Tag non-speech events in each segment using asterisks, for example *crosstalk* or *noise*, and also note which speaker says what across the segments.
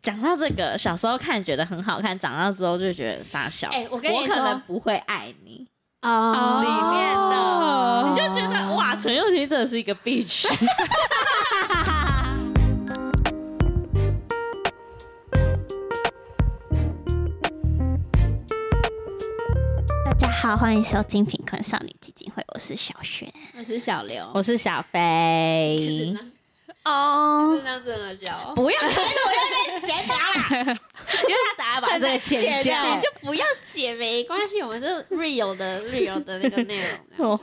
Speaker 1: 讲到这个，小时候看觉得很好看，长大之后就觉得傻笑。
Speaker 2: 哎我跟你
Speaker 1: 我可
Speaker 2: 说
Speaker 1: 能不会爱你，
Speaker 2: 哦
Speaker 1: 里面的，你就觉得哇，陈佑琪真的是一个 bitch。
Speaker 3: 大家好，欢迎收听贫困少女基金会，我是小璇。
Speaker 2: 我是小刘，
Speaker 1: 我是小
Speaker 2: 嗯
Speaker 1: 飞，
Speaker 3: 哦，
Speaker 2: 是那样子的叫，
Speaker 1: 不要开
Speaker 2: 剪掉啦，因为他打算
Speaker 1: 把这个剪掉。
Speaker 2: *laughs* 你就不要剪，没关系，我们是 real 的 real 的那个内容。
Speaker 1: 哦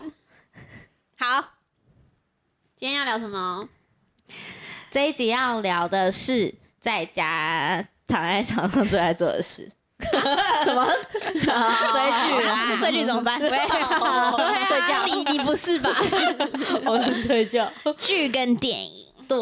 Speaker 2: 好，今天要聊什么？
Speaker 1: 这一集要聊的是在家躺在床上最爱做的事，
Speaker 2: 什
Speaker 1: *laughs*
Speaker 2: 么？哦
Speaker 1: 追剧
Speaker 3: 啊
Speaker 1: 啦。啊
Speaker 3: 是追剧怎
Speaker 1: *laughs*
Speaker 3: 么办？
Speaker 1: 睡觉，
Speaker 2: 啊你你
Speaker 1: *laughs*
Speaker 2: 不是吧？
Speaker 1: 我是睡觉。
Speaker 3: 剧跟电影，
Speaker 1: 对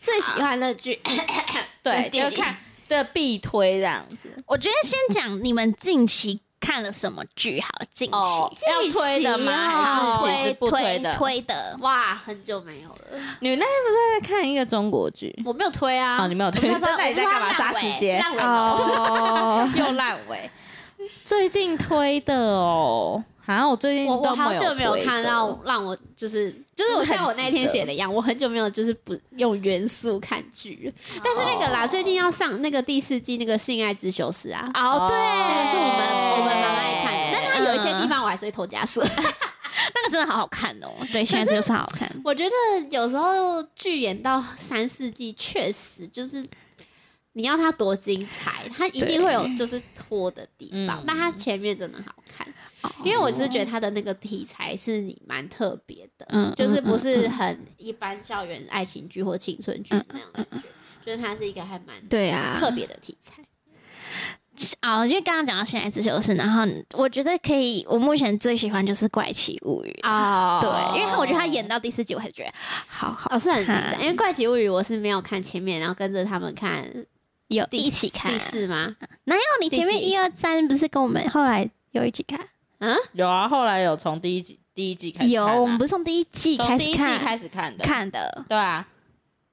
Speaker 2: 最喜欢的剧， *laughs*
Speaker 1: 对，
Speaker 2: 电
Speaker 1: 就
Speaker 2: 影
Speaker 1: 看对必推这样子。
Speaker 3: 我觉得先讲你们近期看了什么剧好？近期、
Speaker 1: 哦，要
Speaker 2: 近期
Speaker 1: 推的吗？
Speaker 2: 啊
Speaker 1: 还是其实不推
Speaker 3: 推
Speaker 1: 的？
Speaker 3: 推的，
Speaker 2: 哇，很久没有了，
Speaker 1: 你那天不是在看一个中国剧？
Speaker 2: 我没有推啊。
Speaker 1: 哦，你没有推，
Speaker 2: 我说
Speaker 1: 那你在干嘛？
Speaker 2: 我
Speaker 1: 杀
Speaker 2: 说
Speaker 1: 时间，
Speaker 2: 烂尾烂尾楼 *laughs*
Speaker 1: 哦，又烂尾。最近推的哦，好像我最近
Speaker 2: 我我
Speaker 1: 都
Speaker 2: 好久没有
Speaker 1: 推的
Speaker 2: 看到让我就是就是我
Speaker 1: 就是很
Speaker 2: 像我那天写的一样，我很久没有就是不用元素看剧了。但是那个啦，最近要上那个第四季那个《性爱之修士》啊，
Speaker 3: 哦对，
Speaker 2: 那个是我们我们蛮爱看的。
Speaker 3: 那
Speaker 2: 但它有一些地方我还是会偷加速。
Speaker 3: 那个真的好好看哦。对，现在就是好看。
Speaker 2: *laughs* 我觉得有时候剧演到三四季，确实就是你要它多精彩，它一定会有就是拖的地方
Speaker 1: 嗯。
Speaker 2: 但它前面真的好看，
Speaker 3: 哦
Speaker 2: 因为我就是觉得它的那个题材是你蛮特别的。
Speaker 3: 嗯
Speaker 2: 就是不是很一般校园爱情剧或青春剧那种感觉，就是它是一个还蛮
Speaker 3: 对啊
Speaker 2: 特别的题材。
Speaker 3: 哦，因为刚刚讲到现在自修室，然后我觉得可以，我目前最喜欢就是《怪奇物语》
Speaker 2: 哦
Speaker 3: 对，因为我觉得他演
Speaker 2: 的
Speaker 3: 到第四集，我还觉得好好看，
Speaker 2: 哦是很精彩，因为《怪奇物语》我是没有看前面，然后跟着他们看
Speaker 3: 有
Speaker 2: 哦第
Speaker 3: 一起看啊嗯
Speaker 2: 第。四吗？
Speaker 3: 哪有你前面
Speaker 2: 第几
Speaker 3: 一二三不是跟我们后来有一起看？
Speaker 1: 有啊，后来有从第一集第一季开始
Speaker 3: 有，
Speaker 1: 看啊
Speaker 3: 我们不是从第一季
Speaker 1: 从
Speaker 3: 开
Speaker 1: 第
Speaker 3: 始
Speaker 1: 一季
Speaker 3: 看
Speaker 1: 开始看的，
Speaker 3: 看的
Speaker 1: 对啊，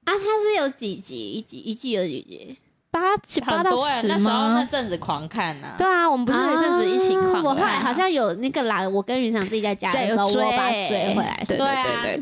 Speaker 2: 啊，它是有几集？一集一季有几集？
Speaker 3: 八集八
Speaker 1: 很
Speaker 3: 到
Speaker 1: 多人
Speaker 3: 十
Speaker 1: 那时候那
Speaker 3: 吗？
Speaker 1: 阵子狂看呐，
Speaker 3: 对啊，我们不是有一阵子一起
Speaker 2: 啊
Speaker 3: 看，
Speaker 2: 我后来好像有那个啦，我跟云长自己在家的
Speaker 3: 对
Speaker 2: 时候，
Speaker 3: 有
Speaker 2: 我
Speaker 3: 追
Speaker 2: 有把它追回来。
Speaker 3: 对
Speaker 1: 对啊
Speaker 3: 对对对，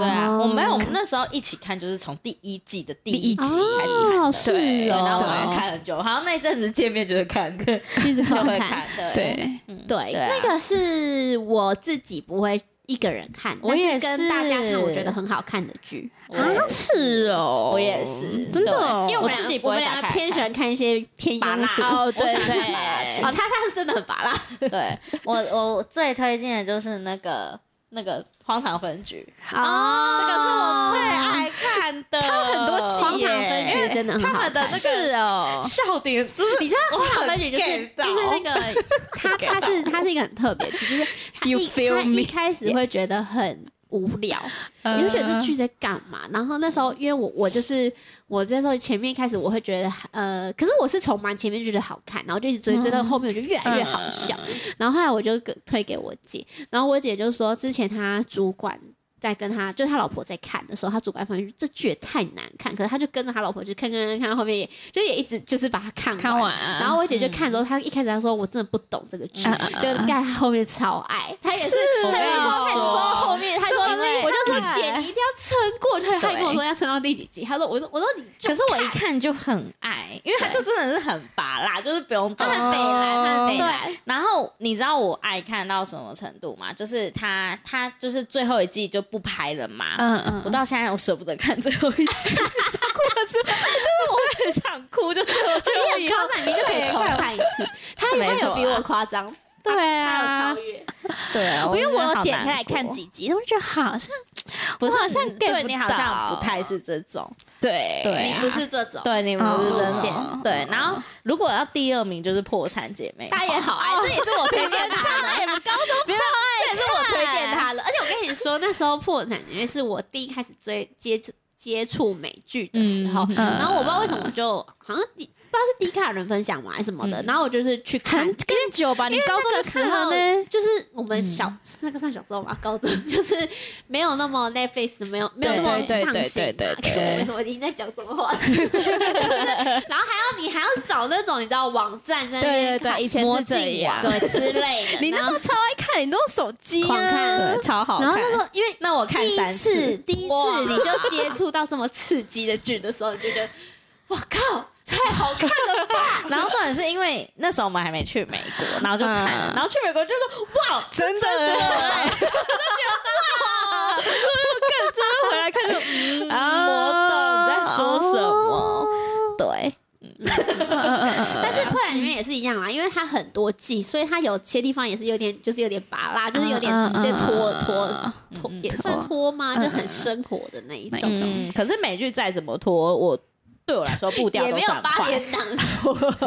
Speaker 1: 对啊，
Speaker 2: 哦
Speaker 1: 我们我们那时候一起看，就是从第一季的第
Speaker 3: 第一
Speaker 1: 一集
Speaker 3: 集
Speaker 1: 开始看
Speaker 2: 哦，
Speaker 1: 的。
Speaker 2: 是
Speaker 3: 对
Speaker 1: 对，然后我
Speaker 2: 哦
Speaker 1: 们，看很久，好像那一阵子见面就是看， *laughs* 一直
Speaker 3: *laughs*
Speaker 2: 狂
Speaker 1: 就会
Speaker 2: 看
Speaker 1: 看，对
Speaker 3: 对
Speaker 2: 对，
Speaker 1: 对啊
Speaker 2: 那个是我自己不会一个人看，
Speaker 1: 我也
Speaker 2: 但是跟
Speaker 1: 是
Speaker 2: 大家看，我觉得很好看的剧。
Speaker 1: 我也
Speaker 3: 啊是哦，
Speaker 1: 我也是
Speaker 3: 真的
Speaker 1: 对
Speaker 3: 哦，
Speaker 1: 因为
Speaker 2: 我
Speaker 1: 我
Speaker 2: 们俩
Speaker 1: 自己不
Speaker 2: 我
Speaker 1: 会
Speaker 2: 们
Speaker 1: 打开
Speaker 2: 俩
Speaker 1: 来
Speaker 2: 偏喜欢看一些偏
Speaker 1: 拔
Speaker 2: 庸
Speaker 1: 辣
Speaker 2: 俗
Speaker 1: 哦对
Speaker 2: 我喜欢看
Speaker 1: 对
Speaker 2: 拔辣剧
Speaker 1: 对
Speaker 2: 哦，他他是真的很拔辣， *laughs*
Speaker 1: 对我我最推荐的就是那个那个荒唐分局，
Speaker 2: 哦
Speaker 1: 这个是我最爱看的，它
Speaker 3: 很多集
Speaker 2: 荒唐分
Speaker 3: 耶
Speaker 2: 局真的很
Speaker 1: 哦他
Speaker 2: 好
Speaker 1: 们的
Speaker 2: 看。
Speaker 1: 那
Speaker 3: 是
Speaker 1: 个
Speaker 3: 哦，
Speaker 1: 笑点就是
Speaker 2: 你知道
Speaker 1: 我
Speaker 2: 荒唐
Speaker 1: 很
Speaker 2: 分局就是
Speaker 1: get
Speaker 2: 就
Speaker 1: 到
Speaker 2: 是那个
Speaker 1: *laughs*
Speaker 2: 他他是他是一个很特别的剧，就是他
Speaker 3: You
Speaker 2: 一
Speaker 3: feel
Speaker 2: 他一
Speaker 3: me
Speaker 2: 开始会觉得很无聊，你
Speaker 3: 嗯
Speaker 2: 会觉得这剧在干嘛？然后那时候，因为我我就是我那时候前面一开始我会觉得呃，可是我是从蛮前面就觉得好看，然后就一直追追到后面，我就越来越好笑。然后后来我就跟推给我姐，然后我姐就说之前她主管。在跟她，就他老婆在看的时候，他主管反正这剧也太难看，可是他就跟着他老婆去看看看看，后面也就也一直就是把它看完，啊
Speaker 3: 看完
Speaker 2: 然后我姐就看的时候，她一开始她说我真的不懂这个剧，
Speaker 3: 嗯嗯嗯
Speaker 2: 就干她后面超爱，她也是，
Speaker 1: 我
Speaker 2: 她
Speaker 1: 跟
Speaker 2: 就
Speaker 1: 你
Speaker 2: 说她就说
Speaker 1: 说
Speaker 2: 后面，她说
Speaker 3: 这么厉害
Speaker 2: 我就说姐你一定要撑过去，她
Speaker 3: 对
Speaker 2: 还跟我说要撑到第几集，她说我说我说你就
Speaker 1: 可是我一看就很爱，因为它就真的是很拔辣，就是不用动
Speaker 2: 她。很北蓝，她很北蓝，
Speaker 1: 然后你知道我爱看到什么程度吗？就是它它就是最后一季就不拍了嘛。
Speaker 3: 嗯嗯
Speaker 1: 我到现在我舍不得看最后一
Speaker 2: *laughs*
Speaker 1: 集， *laughs* 想哭的时候，就是我很想哭，就是我觉得我以
Speaker 2: 很
Speaker 1: 后
Speaker 2: 夸张，你明明就可以重看一次，她她
Speaker 1: 没错
Speaker 2: 有
Speaker 1: 啊
Speaker 2: 比我夸张，
Speaker 1: 对
Speaker 2: 她有
Speaker 1: 啊
Speaker 2: 超，越，
Speaker 1: 对啊，
Speaker 3: 因为我有点开来
Speaker 1: 我觉得好难
Speaker 3: 看
Speaker 1: 过
Speaker 3: 几集，我觉得好像
Speaker 1: 不是
Speaker 3: 我好像 get
Speaker 1: 对
Speaker 3: 不
Speaker 1: 你好像
Speaker 3: 到
Speaker 1: 不太是这种，
Speaker 3: 对
Speaker 1: 对
Speaker 2: 你
Speaker 1: 啊
Speaker 2: 不是这种，
Speaker 1: 对你不是
Speaker 2: 哦
Speaker 1: 这
Speaker 2: 路
Speaker 1: 种
Speaker 3: 线，
Speaker 1: 对。然后如果要第二名就是破产姐妹花，
Speaker 2: 她也好爱，
Speaker 1: 哦
Speaker 2: 这也是我推荐她的，
Speaker 3: 我高中
Speaker 2: 没有，这也是我推荐他的。而且我跟你说，那时候破产姐妹是我第一开始追接触接触美剧的时候，
Speaker 1: 嗯
Speaker 2: 然后我不知道为什么就好像迪不知道是迪卡尔人分享嘛还是什么的，
Speaker 1: 嗯
Speaker 2: 然后我就是去
Speaker 1: *laughs*
Speaker 2: 看
Speaker 3: 很。更久吧？你高中
Speaker 2: 那个
Speaker 3: 的时
Speaker 2: 时
Speaker 3: 候
Speaker 2: 候
Speaker 3: 呢？
Speaker 2: 就是我
Speaker 1: 嗯
Speaker 2: 们小、那个算小时候吧，高中 *laughs* 就是没有那么 Netflix 没有没有那么
Speaker 1: 对对
Speaker 2: 上心
Speaker 1: 对
Speaker 2: 嘛，
Speaker 1: 对对对对
Speaker 2: 为 *laughs* 什么已经在讲什么话？就是 *laughs* 然后还要你还要找那种你知道网站在那
Speaker 1: 对对
Speaker 2: 边
Speaker 1: 对，
Speaker 2: 看
Speaker 1: 以前
Speaker 3: 魔
Speaker 1: 是这
Speaker 3: 镜
Speaker 1: 样
Speaker 3: 网，
Speaker 2: 对之
Speaker 1: *laughs*
Speaker 2: 类的，
Speaker 3: 你那
Speaker 2: 然
Speaker 3: 时
Speaker 2: 后
Speaker 3: 候超爱看，你都用手机啊，
Speaker 1: 狂看，超好
Speaker 2: 然
Speaker 1: 看
Speaker 2: 后。那时候因为
Speaker 1: 那我看
Speaker 2: 第一
Speaker 1: 三
Speaker 2: 次，第一
Speaker 1: 哇
Speaker 2: 次你就接触到这么刺激的剧的时候，你就觉得，我靠，太好看了吧！
Speaker 1: *laughs* 然后重点是因为那时候我们还没去美国，然后就看了，
Speaker 3: 嗯
Speaker 1: 然后去美国就说哇，真的哎，就觉得哇，我就回来看就 *laughs* 嗯，我懂你在说什么，对，
Speaker 2: *laughs* 但是破烂里面也是一样啦，啊因为它很多季，所以它有些地方也是有点，就是有点拔拉，就是有点
Speaker 3: 嗯嗯
Speaker 2: 就拖
Speaker 3: 嗯
Speaker 2: 拖拖，也算拖吗？就很生活的那一种，
Speaker 1: 嗯，可是美剧再怎么拖，我对我来说步调
Speaker 2: 也
Speaker 1: 都
Speaker 2: 没有
Speaker 1: 算
Speaker 2: 八
Speaker 1: 快，
Speaker 2: 点档。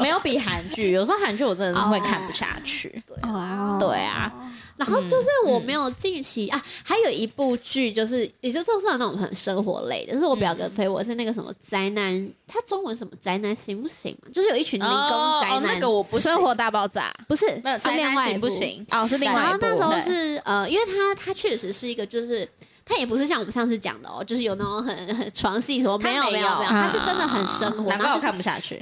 Speaker 1: 没有比韩剧，有时候韩剧我真的是会看不下去，
Speaker 3: 哇哦
Speaker 1: 对，啊，
Speaker 2: 然后就是我
Speaker 1: 嗯
Speaker 2: 没有近期啊，还有一部剧，就是也就就是那种很生活类的，就是我表哥推我是那个什么宅男，他中文什么宅男行不行嘛？就是有一群理工宅
Speaker 1: 哦那
Speaker 2: 男
Speaker 1: 个，我不行
Speaker 3: 生活大爆炸
Speaker 2: 不是
Speaker 1: 没有
Speaker 2: 是
Speaker 1: 宅
Speaker 2: 另
Speaker 1: 男
Speaker 2: 外一
Speaker 1: 行
Speaker 2: 部
Speaker 1: 不？行？
Speaker 3: 哦，是另
Speaker 2: 然
Speaker 3: 外一
Speaker 2: 后
Speaker 3: 部
Speaker 2: 那时候
Speaker 3: 对
Speaker 2: 是呃，因为他他确实是一个就是。他也不是像我们上次讲的哦，就是有那种很很床戏什么，
Speaker 1: 他
Speaker 2: 没有
Speaker 1: 没
Speaker 2: 没有
Speaker 1: 有啊
Speaker 2: 没有，他是真的很生活，
Speaker 1: 难
Speaker 2: 然
Speaker 1: 怪
Speaker 2: 后
Speaker 1: 我
Speaker 2: 就是
Speaker 1: 看不下去。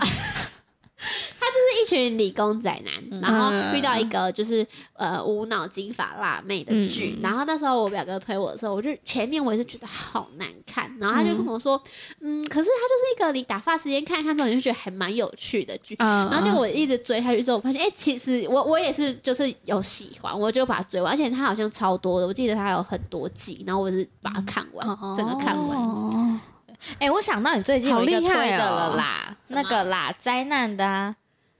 Speaker 2: 是一群理工宅男，然后遇到一个就是呃无脑金发辣妹的剧，然后那时候我表哥推我的时候，我就前面我也是觉得好难看，然后他就跟我说，嗯可是它就是一个你打发时间看一看之后，你就觉得还蛮有趣的剧。
Speaker 3: 嗯，
Speaker 2: 然后结果我一直追下去之后，我发现，哎、其实我我也是就是有喜欢，我就把它追完，而且它好像超多的，我记得它有很多季，然后我是把它看完，
Speaker 3: 哦嗯
Speaker 2: 整个看完。
Speaker 3: 完，
Speaker 1: 哎、我想到你最近有一个推的了啦，
Speaker 2: 好厉害哦
Speaker 1: 那个啦，灾难的啊，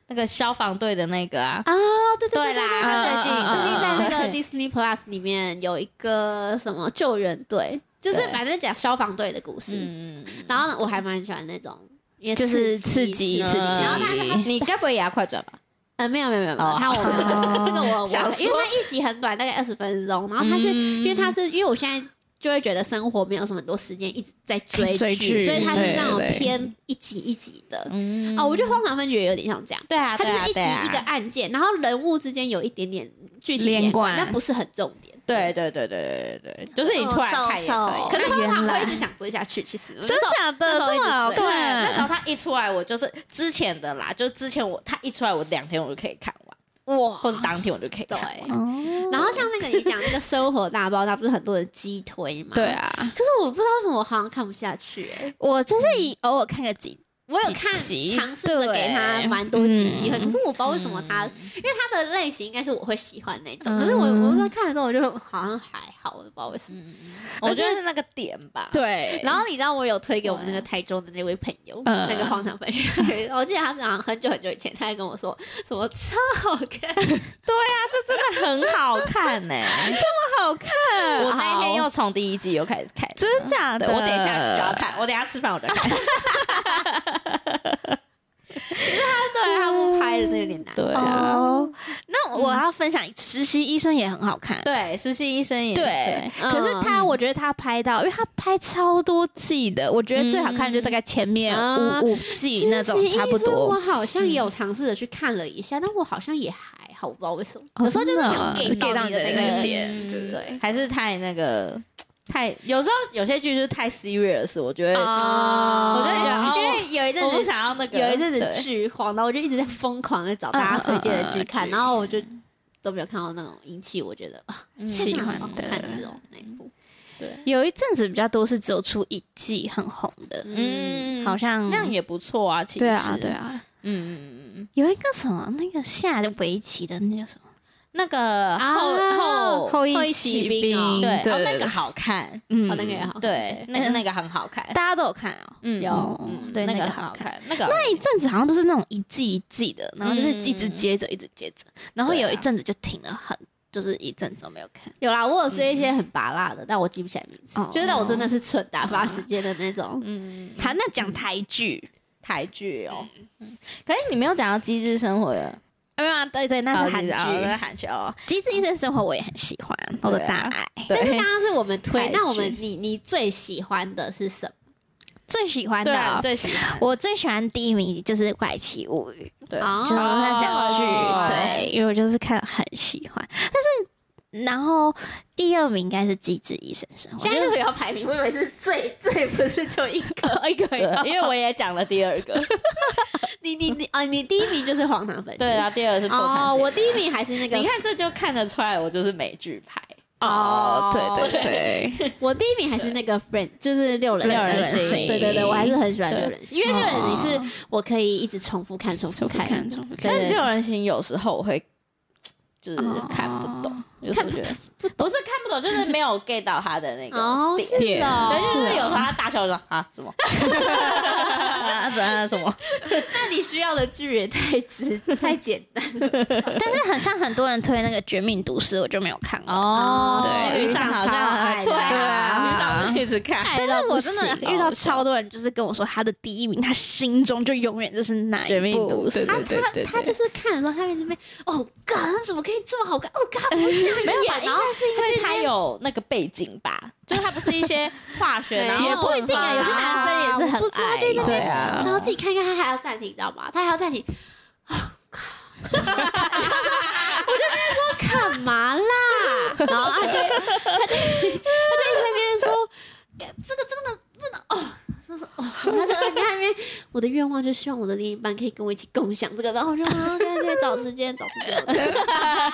Speaker 1: 那个消防队的那个啊，
Speaker 2: 啊，对对对
Speaker 1: 啦，
Speaker 2: 对对
Speaker 1: 他
Speaker 2: 对
Speaker 1: 最近
Speaker 3: 嗯嗯嗯
Speaker 2: 最近在那个
Speaker 1: 对
Speaker 2: Disney Plus 里面有一个什么救援队，就是
Speaker 1: 对
Speaker 2: 反正讲消防队的故事。
Speaker 1: 嗯，
Speaker 2: 然后呢，我还蛮喜欢那种，因为
Speaker 3: 就是
Speaker 2: 刺
Speaker 3: 刺激
Speaker 2: 刺
Speaker 3: 刺激
Speaker 2: 然后他他
Speaker 1: 你该不会也要快转吧？
Speaker 2: 呃没有没有没有没
Speaker 1: 哦
Speaker 2: 有，他我没有看
Speaker 3: 哦
Speaker 2: 这个我我
Speaker 1: 想说
Speaker 2: 因为他一集很短，大概二十分钟。然后他是
Speaker 3: 嗯
Speaker 2: 因为他是因为我现在。就会觉得生活没有什么多时间一直在追
Speaker 3: 追
Speaker 2: 剧，
Speaker 3: 剧
Speaker 2: 所以他是
Speaker 3: 对
Speaker 2: 那种
Speaker 3: 对
Speaker 2: 偏一集一集的。
Speaker 1: 嗯
Speaker 2: 哦，我觉得《荒唐分局》也有点像这样。
Speaker 1: 对啊，
Speaker 2: 它就是一集
Speaker 1: 对啊
Speaker 2: 一个案件，然后人物之间有一点点剧情
Speaker 3: 连
Speaker 2: 连贯，
Speaker 3: 贯
Speaker 2: 但不是很重点。
Speaker 1: 对啊对对对对对对对，就是你突然看也可以。
Speaker 2: 可是
Speaker 3: 原
Speaker 2: 他
Speaker 3: 来
Speaker 2: 会一直想追下去，其实
Speaker 3: 真假的
Speaker 2: 那时候一
Speaker 3: 这
Speaker 2: 直
Speaker 3: 么好
Speaker 2: 追
Speaker 1: 对，那时候
Speaker 3: 看？
Speaker 1: 他一出来，我就是之前的啦，就是之前我他一出来，我两天我就可以看完，
Speaker 2: 哇，
Speaker 1: 或是当天我就可以
Speaker 2: 对
Speaker 1: 看。完。嗯
Speaker 3: 哦，
Speaker 2: 然后像那个你讲那个生活大爆炸，不是很多人击推嘛？
Speaker 3: 对。啊，
Speaker 2: 可是我不知道为什么，我好像看不下去、欸。
Speaker 3: 我
Speaker 1: 嗯
Speaker 3: 就是以偶尔看个几
Speaker 2: 我有看
Speaker 3: 几集
Speaker 2: 尝试着给他
Speaker 3: 对
Speaker 2: 蛮多集机会，
Speaker 3: 嗯
Speaker 2: 可是我不知道为什么他，因为他的类型应该是我会喜欢那种。可是我我在看的时候，我就好像还好，我不知道为什么。
Speaker 1: 我觉得是那个点吧。
Speaker 3: 对
Speaker 2: 然后你知道我有推给我们那个台中的那位朋友，
Speaker 3: 嗯
Speaker 2: 那个荒唐粉人，我记得他是好像很久很久以前，他还跟我说什么超好看，
Speaker 1: 这真的很好看
Speaker 2: *laughs*
Speaker 1: 呢、
Speaker 3: 好看，哦
Speaker 1: 我那一天又从第一季又开始看，
Speaker 3: 嗯真的嗯假
Speaker 1: 对
Speaker 3: 的，
Speaker 1: 我等一下就要看，我等一下吃饭我就
Speaker 3: *laughs*
Speaker 1: 看。
Speaker 2: 对他们拍的真有点难。
Speaker 1: 对啊嗯
Speaker 3: 哦。那我要分享《实习医生》也很好看，
Speaker 1: 对，实习医生也
Speaker 3: 对，
Speaker 2: 嗯
Speaker 3: 可是他，我觉得他拍到，因为他拍超多季的，我觉得最好看就大概前面
Speaker 2: 嗯
Speaker 3: 五五季那种
Speaker 2: 其实
Speaker 3: 差不
Speaker 2: 医生我
Speaker 3: 多。
Speaker 2: 好像也有尝试着去看了一下，但我好像也还好，我不知道为什么，
Speaker 3: 哦
Speaker 2: 有时候就是没有
Speaker 3: 真的啊
Speaker 2: get 到你的
Speaker 3: ，get 到你的
Speaker 2: 那
Speaker 3: 那
Speaker 2: 个
Speaker 3: 个
Speaker 2: 点。
Speaker 3: 点对对
Speaker 2: 对
Speaker 1: 嗯还是太那个太，有时候有些剧就是太 serious，我觉得、
Speaker 3: 哦
Speaker 1: 我就觉得哦
Speaker 2: 因为有一阵
Speaker 1: 我不
Speaker 2: 子。
Speaker 1: 想要那个，
Speaker 2: 有一阵子
Speaker 1: 对
Speaker 2: 剧荒，然后我就一直在疯狂的找大家推荐的剧看，
Speaker 3: 嗯嗯嗯嗯
Speaker 2: 然后我就都没有看到那种引起我觉得啊
Speaker 3: 喜
Speaker 1: 嗯
Speaker 3: 欢的
Speaker 2: 看这种那一部。
Speaker 3: 有一阵子比较多是只有出一季很红的，
Speaker 2: 嗯，
Speaker 1: 嗯，
Speaker 3: 好
Speaker 1: 好像
Speaker 3: 像
Speaker 1: 那样也不错啊，其实
Speaker 3: 对啊对，啊，
Speaker 1: 嗯嗯嗯嗯，
Speaker 3: 有一个什么那个下围棋的那叫什么
Speaker 1: 那个
Speaker 2: 啊
Speaker 1: 后、后。
Speaker 3: 后
Speaker 2: 羿
Speaker 3: 羿
Speaker 2: 骑
Speaker 3: 骑
Speaker 2: 兵哦
Speaker 1: 对，哦，那
Speaker 3: 嗯对
Speaker 1: 个好看，
Speaker 3: 嗯
Speaker 2: 哦，那个也好，
Speaker 1: 对，那个那个很好看，
Speaker 3: 大家都有看哦。
Speaker 1: 嗯，
Speaker 2: 有
Speaker 1: 嗯
Speaker 3: 对
Speaker 1: 那
Speaker 3: 那
Speaker 1: 个
Speaker 3: 个
Speaker 1: 很
Speaker 3: 好
Speaker 1: 好看，那个那
Speaker 3: 哎那一阵子好像都是那种一季一季的，然后就是一直接着一直接着，然后
Speaker 1: 对啊
Speaker 3: 有一阵子就停了很，就是一阵子都没有看。
Speaker 2: 有啦，我有追一些很拔辣的，但我记不起来名字
Speaker 3: 哦，
Speaker 2: 就是让我真的是蠢打发时间的那种。
Speaker 1: 嗯，
Speaker 3: 他那讲台剧，
Speaker 1: 台剧哦，可是你没有讲到《机智生活》的
Speaker 3: 没有啊，对对，那是韩
Speaker 1: 哦对
Speaker 3: 剧。
Speaker 1: 韩剧哦，
Speaker 3: 其实医生生活我也很喜欢，我的大爱。
Speaker 2: 但是
Speaker 1: 对
Speaker 2: 刚刚是我们推，
Speaker 1: 台剧
Speaker 2: 那我们你你最喜欢的是什么？
Speaker 3: 最喜欢
Speaker 1: 对
Speaker 3: 的
Speaker 1: 啊，
Speaker 3: 哦、
Speaker 1: 最喜欢
Speaker 3: 我最喜欢第一名就是《怪奇物语》，
Speaker 1: 对
Speaker 2: 啊
Speaker 3: 就是那讲剧，
Speaker 1: 哦
Speaker 3: 对，因为我就是看很喜欢。但是，然后第二名应该是《机智医生生活》，
Speaker 2: 现在那个要排名，我以为是最最不是就一个一个
Speaker 1: 对，因为我也讲了第二个，
Speaker 2: *laughs* 你你你啊，你第一名就是黄糖粉。
Speaker 1: 对啊，第二个是破产
Speaker 2: 哦，
Speaker 1: 姐妹
Speaker 2: 我第一名还 *laughs* 是那个，
Speaker 1: 你看这就看得出来，我就是美剧派。
Speaker 2: 哦
Speaker 3: 对对对，
Speaker 2: 我第一名还是那个 friend，就是六人
Speaker 1: 六人
Speaker 2: 行。
Speaker 1: 行
Speaker 2: 对对对，我还是很喜欢六人行，因为六人行
Speaker 3: 哦
Speaker 2: 是我可以一直重复看、重复
Speaker 3: 重复
Speaker 2: 看、
Speaker 3: 看重复看
Speaker 2: 对
Speaker 1: 但
Speaker 2: 对
Speaker 1: 六
Speaker 2: 对
Speaker 1: 人行有时候我会就是
Speaker 3: 嗯哦
Speaker 1: 看不懂，有时候
Speaker 2: 看
Speaker 1: 觉得不是看不懂，就是没有 get 到他的那个
Speaker 2: 哦，
Speaker 1: 点。
Speaker 2: 是哦
Speaker 1: 对，。就是有时候他大笑我就说啊什么， *laughs* 啊什么什么，
Speaker 2: 那你需要的剧也太直、太简单
Speaker 3: 但是很像很多人推那个《绝命毒师》，我就没有看过。
Speaker 1: 哦
Speaker 2: 对
Speaker 1: 对，遇上好
Speaker 2: 遇上超
Speaker 1: 像
Speaker 2: 爱的
Speaker 1: 对啊，
Speaker 2: 对
Speaker 1: 遇
Speaker 3: 啊
Speaker 1: 上我一直看，
Speaker 2: 爱
Speaker 3: 但
Speaker 2: 到
Speaker 3: 是
Speaker 2: 不
Speaker 3: 我真的
Speaker 2: 行
Speaker 3: 遇到超多人，就是跟我说他的第一名，他心中就永远就是那一
Speaker 1: 绝命
Speaker 3: 部
Speaker 1: 毒。师
Speaker 3: 对对对对，
Speaker 2: 他就是看的时候，他一直被哦，干怎么可以这么好看？哦，干怎么会这样演？然后是
Speaker 1: 因为他有那个背景吧， *laughs* 就是他不是一些化学，然后
Speaker 2: 也不一定啊，有些男生也是很爱，
Speaker 1: 对
Speaker 2: 对
Speaker 1: 啊
Speaker 2: 然后自己看看，他还要暂停，你知道吗？他还要暂停。我就跟他说干嘛啦？然后他就会他就他就一直在那边说这个真的真的哦。就是哦，他说你看那边，我的愿望就希望我的另一半可以跟我一起共享这个，然后我就啊，对对，找时间，找时间。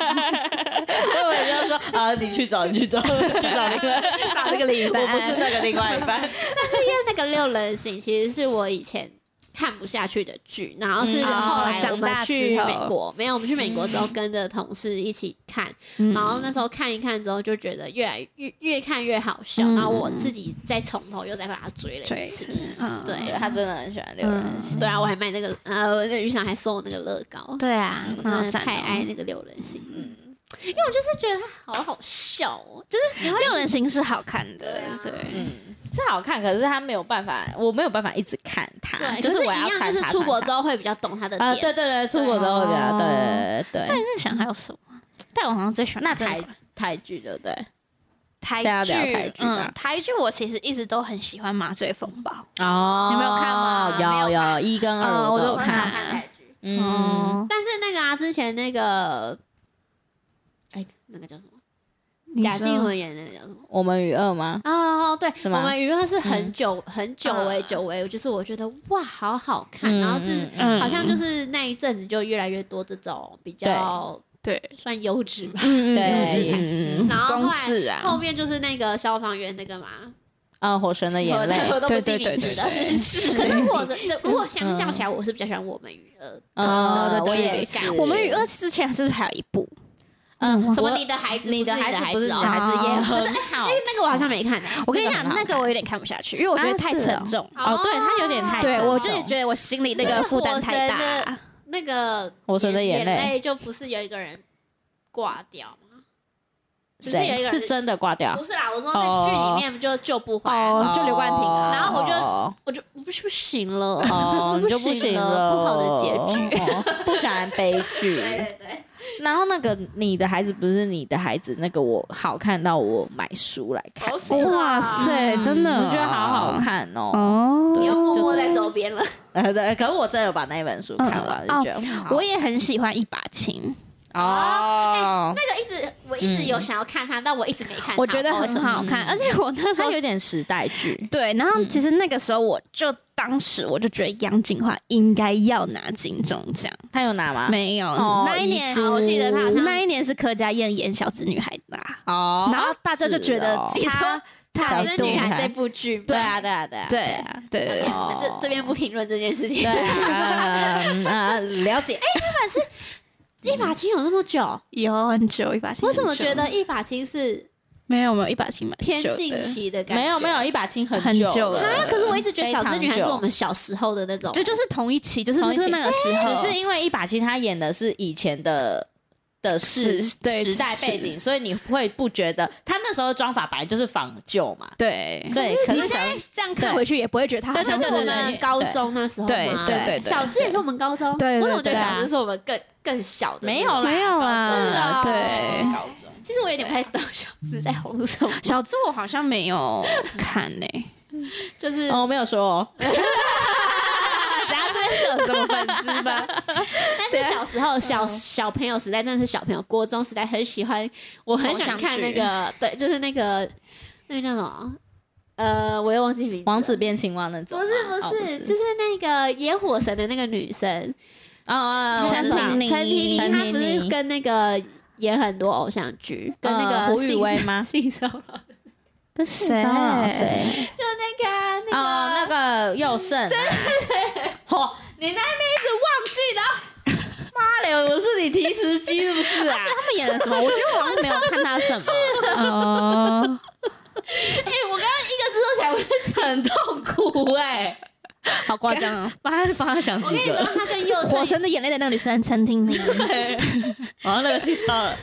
Speaker 1: 我以为就说啊，你去找，你去找，去找那个，
Speaker 3: *laughs* 找那个
Speaker 1: *laughs*
Speaker 3: 另一
Speaker 1: 我不是那个另外一半，
Speaker 2: 是因为那个六人行其实是我以前看不下去的剧，然后是
Speaker 1: 嗯
Speaker 2: 后
Speaker 1: 哦
Speaker 2: 来我
Speaker 1: 长
Speaker 2: 们
Speaker 1: 大
Speaker 2: 去
Speaker 1: 之后
Speaker 2: 美国，没有我们去美国之后跟着同事一起看，
Speaker 3: 嗯
Speaker 2: 然后那时候看一看之后就觉得越来越越看越好笑，
Speaker 3: 嗯
Speaker 2: 然后我自己再从头又再把它追了一次。
Speaker 3: 嗯
Speaker 2: 对
Speaker 1: *laughs* 对他真的很喜欢六人行，
Speaker 2: 对啊，我还买那个呃，那雨伞还送我那个乐高，
Speaker 3: 对啊，
Speaker 2: 我
Speaker 3: 好
Speaker 2: 真的
Speaker 3: 赞哦
Speaker 2: 太爱那个六人行，嗯，因为我就是觉得它好好笑哦，就是你会
Speaker 3: 六人行是好看的
Speaker 2: 对啊，
Speaker 3: 对，
Speaker 1: 嗯，是好看，可是他没有办法，我没有办法一直看他，
Speaker 2: 对，
Speaker 1: 就是
Speaker 2: 啊可
Speaker 1: 我要
Speaker 2: 一样
Speaker 1: 穿
Speaker 2: 就是
Speaker 1: 插
Speaker 2: 出国
Speaker 1: 穿
Speaker 2: 之
Speaker 1: 插
Speaker 2: 后会比较懂它的
Speaker 1: 啊，
Speaker 2: 点，
Speaker 1: 对对对，出国之后对啊
Speaker 3: 哦
Speaker 1: 对对对，
Speaker 3: 但在想还有什么？但我好像最喜欢
Speaker 1: 那
Speaker 3: 这个
Speaker 1: 台台剧对不对？
Speaker 3: 台
Speaker 1: 现在要聊
Speaker 3: 剧
Speaker 1: 台剧吧
Speaker 3: 嗯，台剧我其实一直都很喜欢《麻醉风暴》，
Speaker 1: 哦
Speaker 3: 你没有看吗没有
Speaker 1: 有有
Speaker 3: 看
Speaker 1: 一跟
Speaker 3: 嗯
Speaker 1: 二
Speaker 3: 我
Speaker 1: 都有
Speaker 3: 都有看
Speaker 2: 台剧。
Speaker 1: 嗯，
Speaker 3: 哦
Speaker 2: 但是那个啊，之前那个，哎，那个叫什么？贾静雯演的那个叫什么？
Speaker 1: 我们与恶吗？
Speaker 2: 哦，对，
Speaker 1: 是
Speaker 2: 我
Speaker 1: 吗
Speaker 2: 们娱乐是很久、很久哎、
Speaker 3: 啊
Speaker 2: 久违，就是我觉得哇，好好看，
Speaker 1: 嗯
Speaker 2: 然后是、
Speaker 1: 嗯
Speaker 2: 好像就是那一阵子就越来越多这种比较
Speaker 3: 对
Speaker 2: 算优质吧。
Speaker 3: 嗯
Speaker 1: 对
Speaker 3: 嗯嗯嗯
Speaker 2: 然后后
Speaker 3: 公
Speaker 2: 来
Speaker 3: 式啊，
Speaker 2: 后面就是那个消防员那个嘛，
Speaker 1: 嗯，火神的眼泪，
Speaker 2: 我都不
Speaker 3: 对
Speaker 2: 记
Speaker 3: 对对
Speaker 2: 名字的，
Speaker 3: 对
Speaker 2: 是是可是我是，这如果相较起来，我是比较喜欢我们娱乐。
Speaker 1: 嗯，
Speaker 2: 对
Speaker 1: 我
Speaker 2: 对
Speaker 1: 也
Speaker 2: 对
Speaker 1: 是。
Speaker 3: 我们与恶之前是不是还有一部？
Speaker 1: 嗯
Speaker 2: 什么
Speaker 1: 我
Speaker 2: 你的孩子不是
Speaker 1: 你的
Speaker 2: 你的
Speaker 1: 子
Speaker 2: 孩
Speaker 1: 不是
Speaker 2: 子
Speaker 1: 你
Speaker 2: 哦
Speaker 1: 的孩子啊也很好
Speaker 2: 哎，那个我好嗯像没看呢、
Speaker 3: 我跟你
Speaker 1: 那
Speaker 3: 讲
Speaker 1: 个，很好
Speaker 3: 那个我有点看不下去，因为我觉得
Speaker 1: 啊
Speaker 3: 太
Speaker 1: 是
Speaker 3: 沉
Speaker 1: 哦
Speaker 3: 重。
Speaker 1: 哦对它有点太
Speaker 3: 对，
Speaker 1: 沉
Speaker 3: 我
Speaker 1: 重
Speaker 3: 就是觉得我心里那
Speaker 2: 那
Speaker 3: 个
Speaker 2: 个
Speaker 3: 负担
Speaker 2: 火
Speaker 3: 太
Speaker 2: 神的
Speaker 3: 大。
Speaker 2: 那个
Speaker 1: 火神的眼
Speaker 2: 眼
Speaker 1: 泪
Speaker 2: 就不是有一个人挂掉吗？
Speaker 1: *laughs*
Speaker 2: 只是有一
Speaker 1: 谁
Speaker 2: 个人
Speaker 1: 是真的挂掉
Speaker 2: 不？是啦，我说在剧里面就救不回来
Speaker 3: 哦
Speaker 2: 了，
Speaker 3: 就刘冠廷啊
Speaker 2: 然后我就
Speaker 1: 哦
Speaker 2: 我就我不是不行了。
Speaker 1: *laughs* 哦，你就
Speaker 2: 不
Speaker 1: 行
Speaker 2: 行
Speaker 1: 了，
Speaker 2: 了不好的结
Speaker 1: 局，不喜欢悲 *laughs* 剧
Speaker 2: 对。对对，
Speaker 1: 然后那个你的孩子不是你的孩子，那个我好看到我买书来看，
Speaker 2: 好喜欢
Speaker 3: 哇塞真的
Speaker 1: 我觉得好好看哦。
Speaker 3: 哦
Speaker 2: 你又默默在
Speaker 1: 就
Speaker 2: 周边了。
Speaker 1: 呃， *laughs* 对，可是我真的有把那一本书看完，
Speaker 3: 嗯
Speaker 1: 就觉得很好
Speaker 3: 我也很喜欢一把琴，
Speaker 1: 哦，
Speaker 2: 那个一直我一直有想要看它，但我一直没看它。
Speaker 3: 我觉得
Speaker 2: 不知道为什
Speaker 3: 很嗯
Speaker 2: 么
Speaker 3: 好看，而且我那时
Speaker 1: 它
Speaker 3: 候
Speaker 1: 有点时代剧，
Speaker 3: 对，然后其实那个时候我就当时我就觉得杨锦华应该要拿金钟奖，
Speaker 1: 他有拿吗？
Speaker 3: 没有
Speaker 1: 哦
Speaker 3: 那一
Speaker 1: 一
Speaker 3: 年啊
Speaker 1: 直
Speaker 2: 好我记得他好像
Speaker 3: 那一年是柯佳燕演小资女孩拿，
Speaker 1: 哦
Speaker 3: 然后大家就觉得
Speaker 1: 是
Speaker 3: 其实
Speaker 2: 她
Speaker 3: 她
Speaker 2: 《小资女孩》这部剧
Speaker 1: 对
Speaker 2: 本，
Speaker 1: 啊，对啊，对啊，
Speaker 3: 对对对对
Speaker 1: 哦
Speaker 2: 这这边不评论这件事情
Speaker 1: 对。啊，嗯啊，了解。
Speaker 2: 一把琴有那么久，
Speaker 3: 有很久一把琴很久，
Speaker 2: 我怎么觉得一把琴是
Speaker 3: 没有没有一把琴蛮
Speaker 2: 偏
Speaker 3: 久的
Speaker 2: 近期的感觉？
Speaker 1: 没有没有，一把青很
Speaker 3: 很久了
Speaker 2: 啊！可是我一直觉得小资女
Speaker 1: 啊非
Speaker 2: 孩是
Speaker 1: 常久
Speaker 2: 我们小时候的那种，
Speaker 3: 就就是哦同一期，就是
Speaker 1: 同一期
Speaker 3: 就是那个时候，
Speaker 1: 哎只是因为一把青他演的是以前的。的是
Speaker 3: 是对
Speaker 1: 时代背景，所以你会不觉得他那时候的妆法本来就是仿旧嘛？
Speaker 3: 对，
Speaker 1: 所以可
Speaker 3: 你
Speaker 1: 是
Speaker 3: 现
Speaker 1: 小
Speaker 3: 在这样看回去也不会觉得它好
Speaker 1: 对
Speaker 2: 那
Speaker 3: 像
Speaker 1: 对
Speaker 2: 是
Speaker 1: 对
Speaker 2: 我
Speaker 3: 是
Speaker 1: 对
Speaker 2: 们高中那时候
Speaker 3: 对
Speaker 2: 嘛
Speaker 3: 对对对
Speaker 2: 小资也是我们高中，
Speaker 3: 对对
Speaker 2: 我怎么觉得
Speaker 1: 对
Speaker 2: 小
Speaker 1: 啊
Speaker 2: 资是我们更更小的？
Speaker 1: 没有，啦，
Speaker 3: 没有啦
Speaker 1: 是啊，
Speaker 3: 对
Speaker 1: 高中
Speaker 2: 其实我有点不太懂小资在红什么。
Speaker 3: *laughs* 小资我好像没有看嘞、
Speaker 2: 就是哎
Speaker 1: 哦，没有说
Speaker 3: *laughs*
Speaker 1: 哦，
Speaker 2: 等下这边是有什么粉丝吗？但是小时候小小朋友时代真的是小朋友，国中时代很喜欢，我很想看那个，对，就是那个那个叫什么？呃，我又忘记名字了。
Speaker 1: *laughs* 王子变青蛙那种
Speaker 2: 不
Speaker 1: 吗。
Speaker 2: 是不
Speaker 1: 哦
Speaker 2: 是，就是那个野火神的那个女生，
Speaker 1: 哦
Speaker 2: 呃
Speaker 1: 哦，哦
Speaker 3: 陈
Speaker 1: 我知道
Speaker 3: 婷妮
Speaker 2: 陈婷妮，哦
Speaker 1: 陈
Speaker 2: 她
Speaker 1: 婷
Speaker 2: 不是
Speaker 1: 妮
Speaker 2: 跟那个演很多偶像剧，跟那
Speaker 1: 呃
Speaker 2: 个
Speaker 1: 胡宇
Speaker 2: 性
Speaker 1: 威
Speaker 2: 骚
Speaker 1: 吗
Speaker 2: 性骚扰，
Speaker 3: 跟谁 *laughs*
Speaker 1: 谁？
Speaker 2: 就那个啊那个
Speaker 1: 哦，那个佑胜。对 *laughs* 哦，你那边一直忘记的哦。
Speaker 3: *laughs*
Speaker 1: 妈嘞，我是你提词机是不是啊？
Speaker 3: 他们演了什么？我觉得我好像没
Speaker 2: *laughs*
Speaker 3: 有看到什么。哦，
Speaker 2: 哎、我刚刚一个字都想不起来。
Speaker 1: 很痛苦哎，
Speaker 3: 好夸张哦！
Speaker 1: 帮他帮他想
Speaker 2: 我跟
Speaker 1: 几
Speaker 2: 你说，
Speaker 1: 个。
Speaker 2: 他
Speaker 4: *laughs*
Speaker 2: 跟佑
Speaker 3: 火
Speaker 2: 胜，
Speaker 3: 神的眼泪的那个女生陈婷妮，
Speaker 1: 然后哦那个性骚扰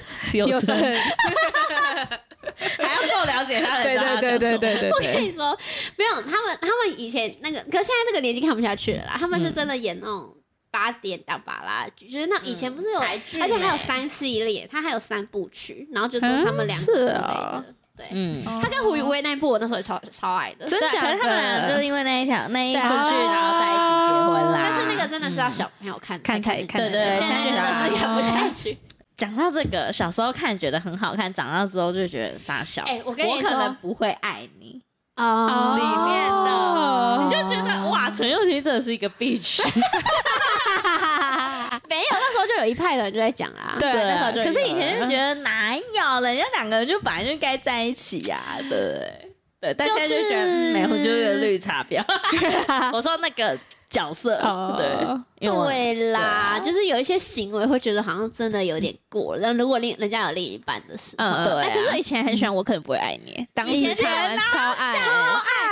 Speaker 1: 佑胜，
Speaker 3: *laughs*
Speaker 1: 还要够了解他的，
Speaker 4: 对
Speaker 1: 才知道他
Speaker 4: 对对
Speaker 1: 讲什
Speaker 4: 对
Speaker 1: 么
Speaker 4: 对对
Speaker 2: 我跟
Speaker 4: 对，
Speaker 2: 你说，没有他们，他们以前那个，可是现在这个年纪看不下去了啦。他们是真的演那种八点档巴拉剧，就是那以前不是有，
Speaker 1: 台剧
Speaker 2: 而且还有
Speaker 1: 欸
Speaker 2: 三系列，他还有三部曲，然后就都他们两个之类
Speaker 4: 是
Speaker 2: 的
Speaker 4: 啊。
Speaker 2: 对，
Speaker 1: 嗯，
Speaker 3: 哦
Speaker 2: 他跟胡宇威那一部，我那时候也超超爱的。
Speaker 1: 真
Speaker 3: 对，可
Speaker 1: 假
Speaker 3: 是他们俩就是
Speaker 1: 的？
Speaker 3: 因为那一条那一部剧，
Speaker 2: 对啊
Speaker 3: 然后在一起结婚啦。
Speaker 2: 哦但是那个真的是要小朋友看，
Speaker 4: 看才
Speaker 2: 才看
Speaker 4: 看
Speaker 2: 得
Speaker 1: 对对
Speaker 2: 下去，现在真的是看不下去。
Speaker 1: 讲到这个，小时候看觉得很好看，长大之后就觉得傻笑。
Speaker 2: 哎我跟你
Speaker 1: 哦我可
Speaker 2: 说
Speaker 1: 能不会爱你，
Speaker 3: 嗯
Speaker 2: 哦
Speaker 1: 里面
Speaker 3: 哦
Speaker 1: 的，你
Speaker 4: 哦
Speaker 1: 就觉得哇，陈佑希真的是一个 bitch。
Speaker 2: 没有，那时候就有一派的人就在讲啊啦。
Speaker 4: 对，那时候就
Speaker 1: 可是以前就觉得哪有，人家两个人就本来就该在一起呀、对不对对，但
Speaker 2: 就
Speaker 1: 现在就觉得嗯没有，
Speaker 2: 是
Speaker 1: 就是绿茶婊。 *laughs* 我说那个角色，
Speaker 4: 哦
Speaker 1: 对，因为我
Speaker 2: 对啦，
Speaker 1: 对啊
Speaker 2: 就是有一些行为会觉得好像真的有点过了。如果另人家有另一半的时候，
Speaker 1: 嗯
Speaker 3: 对、
Speaker 1: 对
Speaker 3: 哎，可是我
Speaker 1: 啊，
Speaker 3: 以前很喜欢，我可能不会爱你。当
Speaker 2: 以前
Speaker 3: 时
Speaker 2: 那个
Speaker 3: 台湾超爱，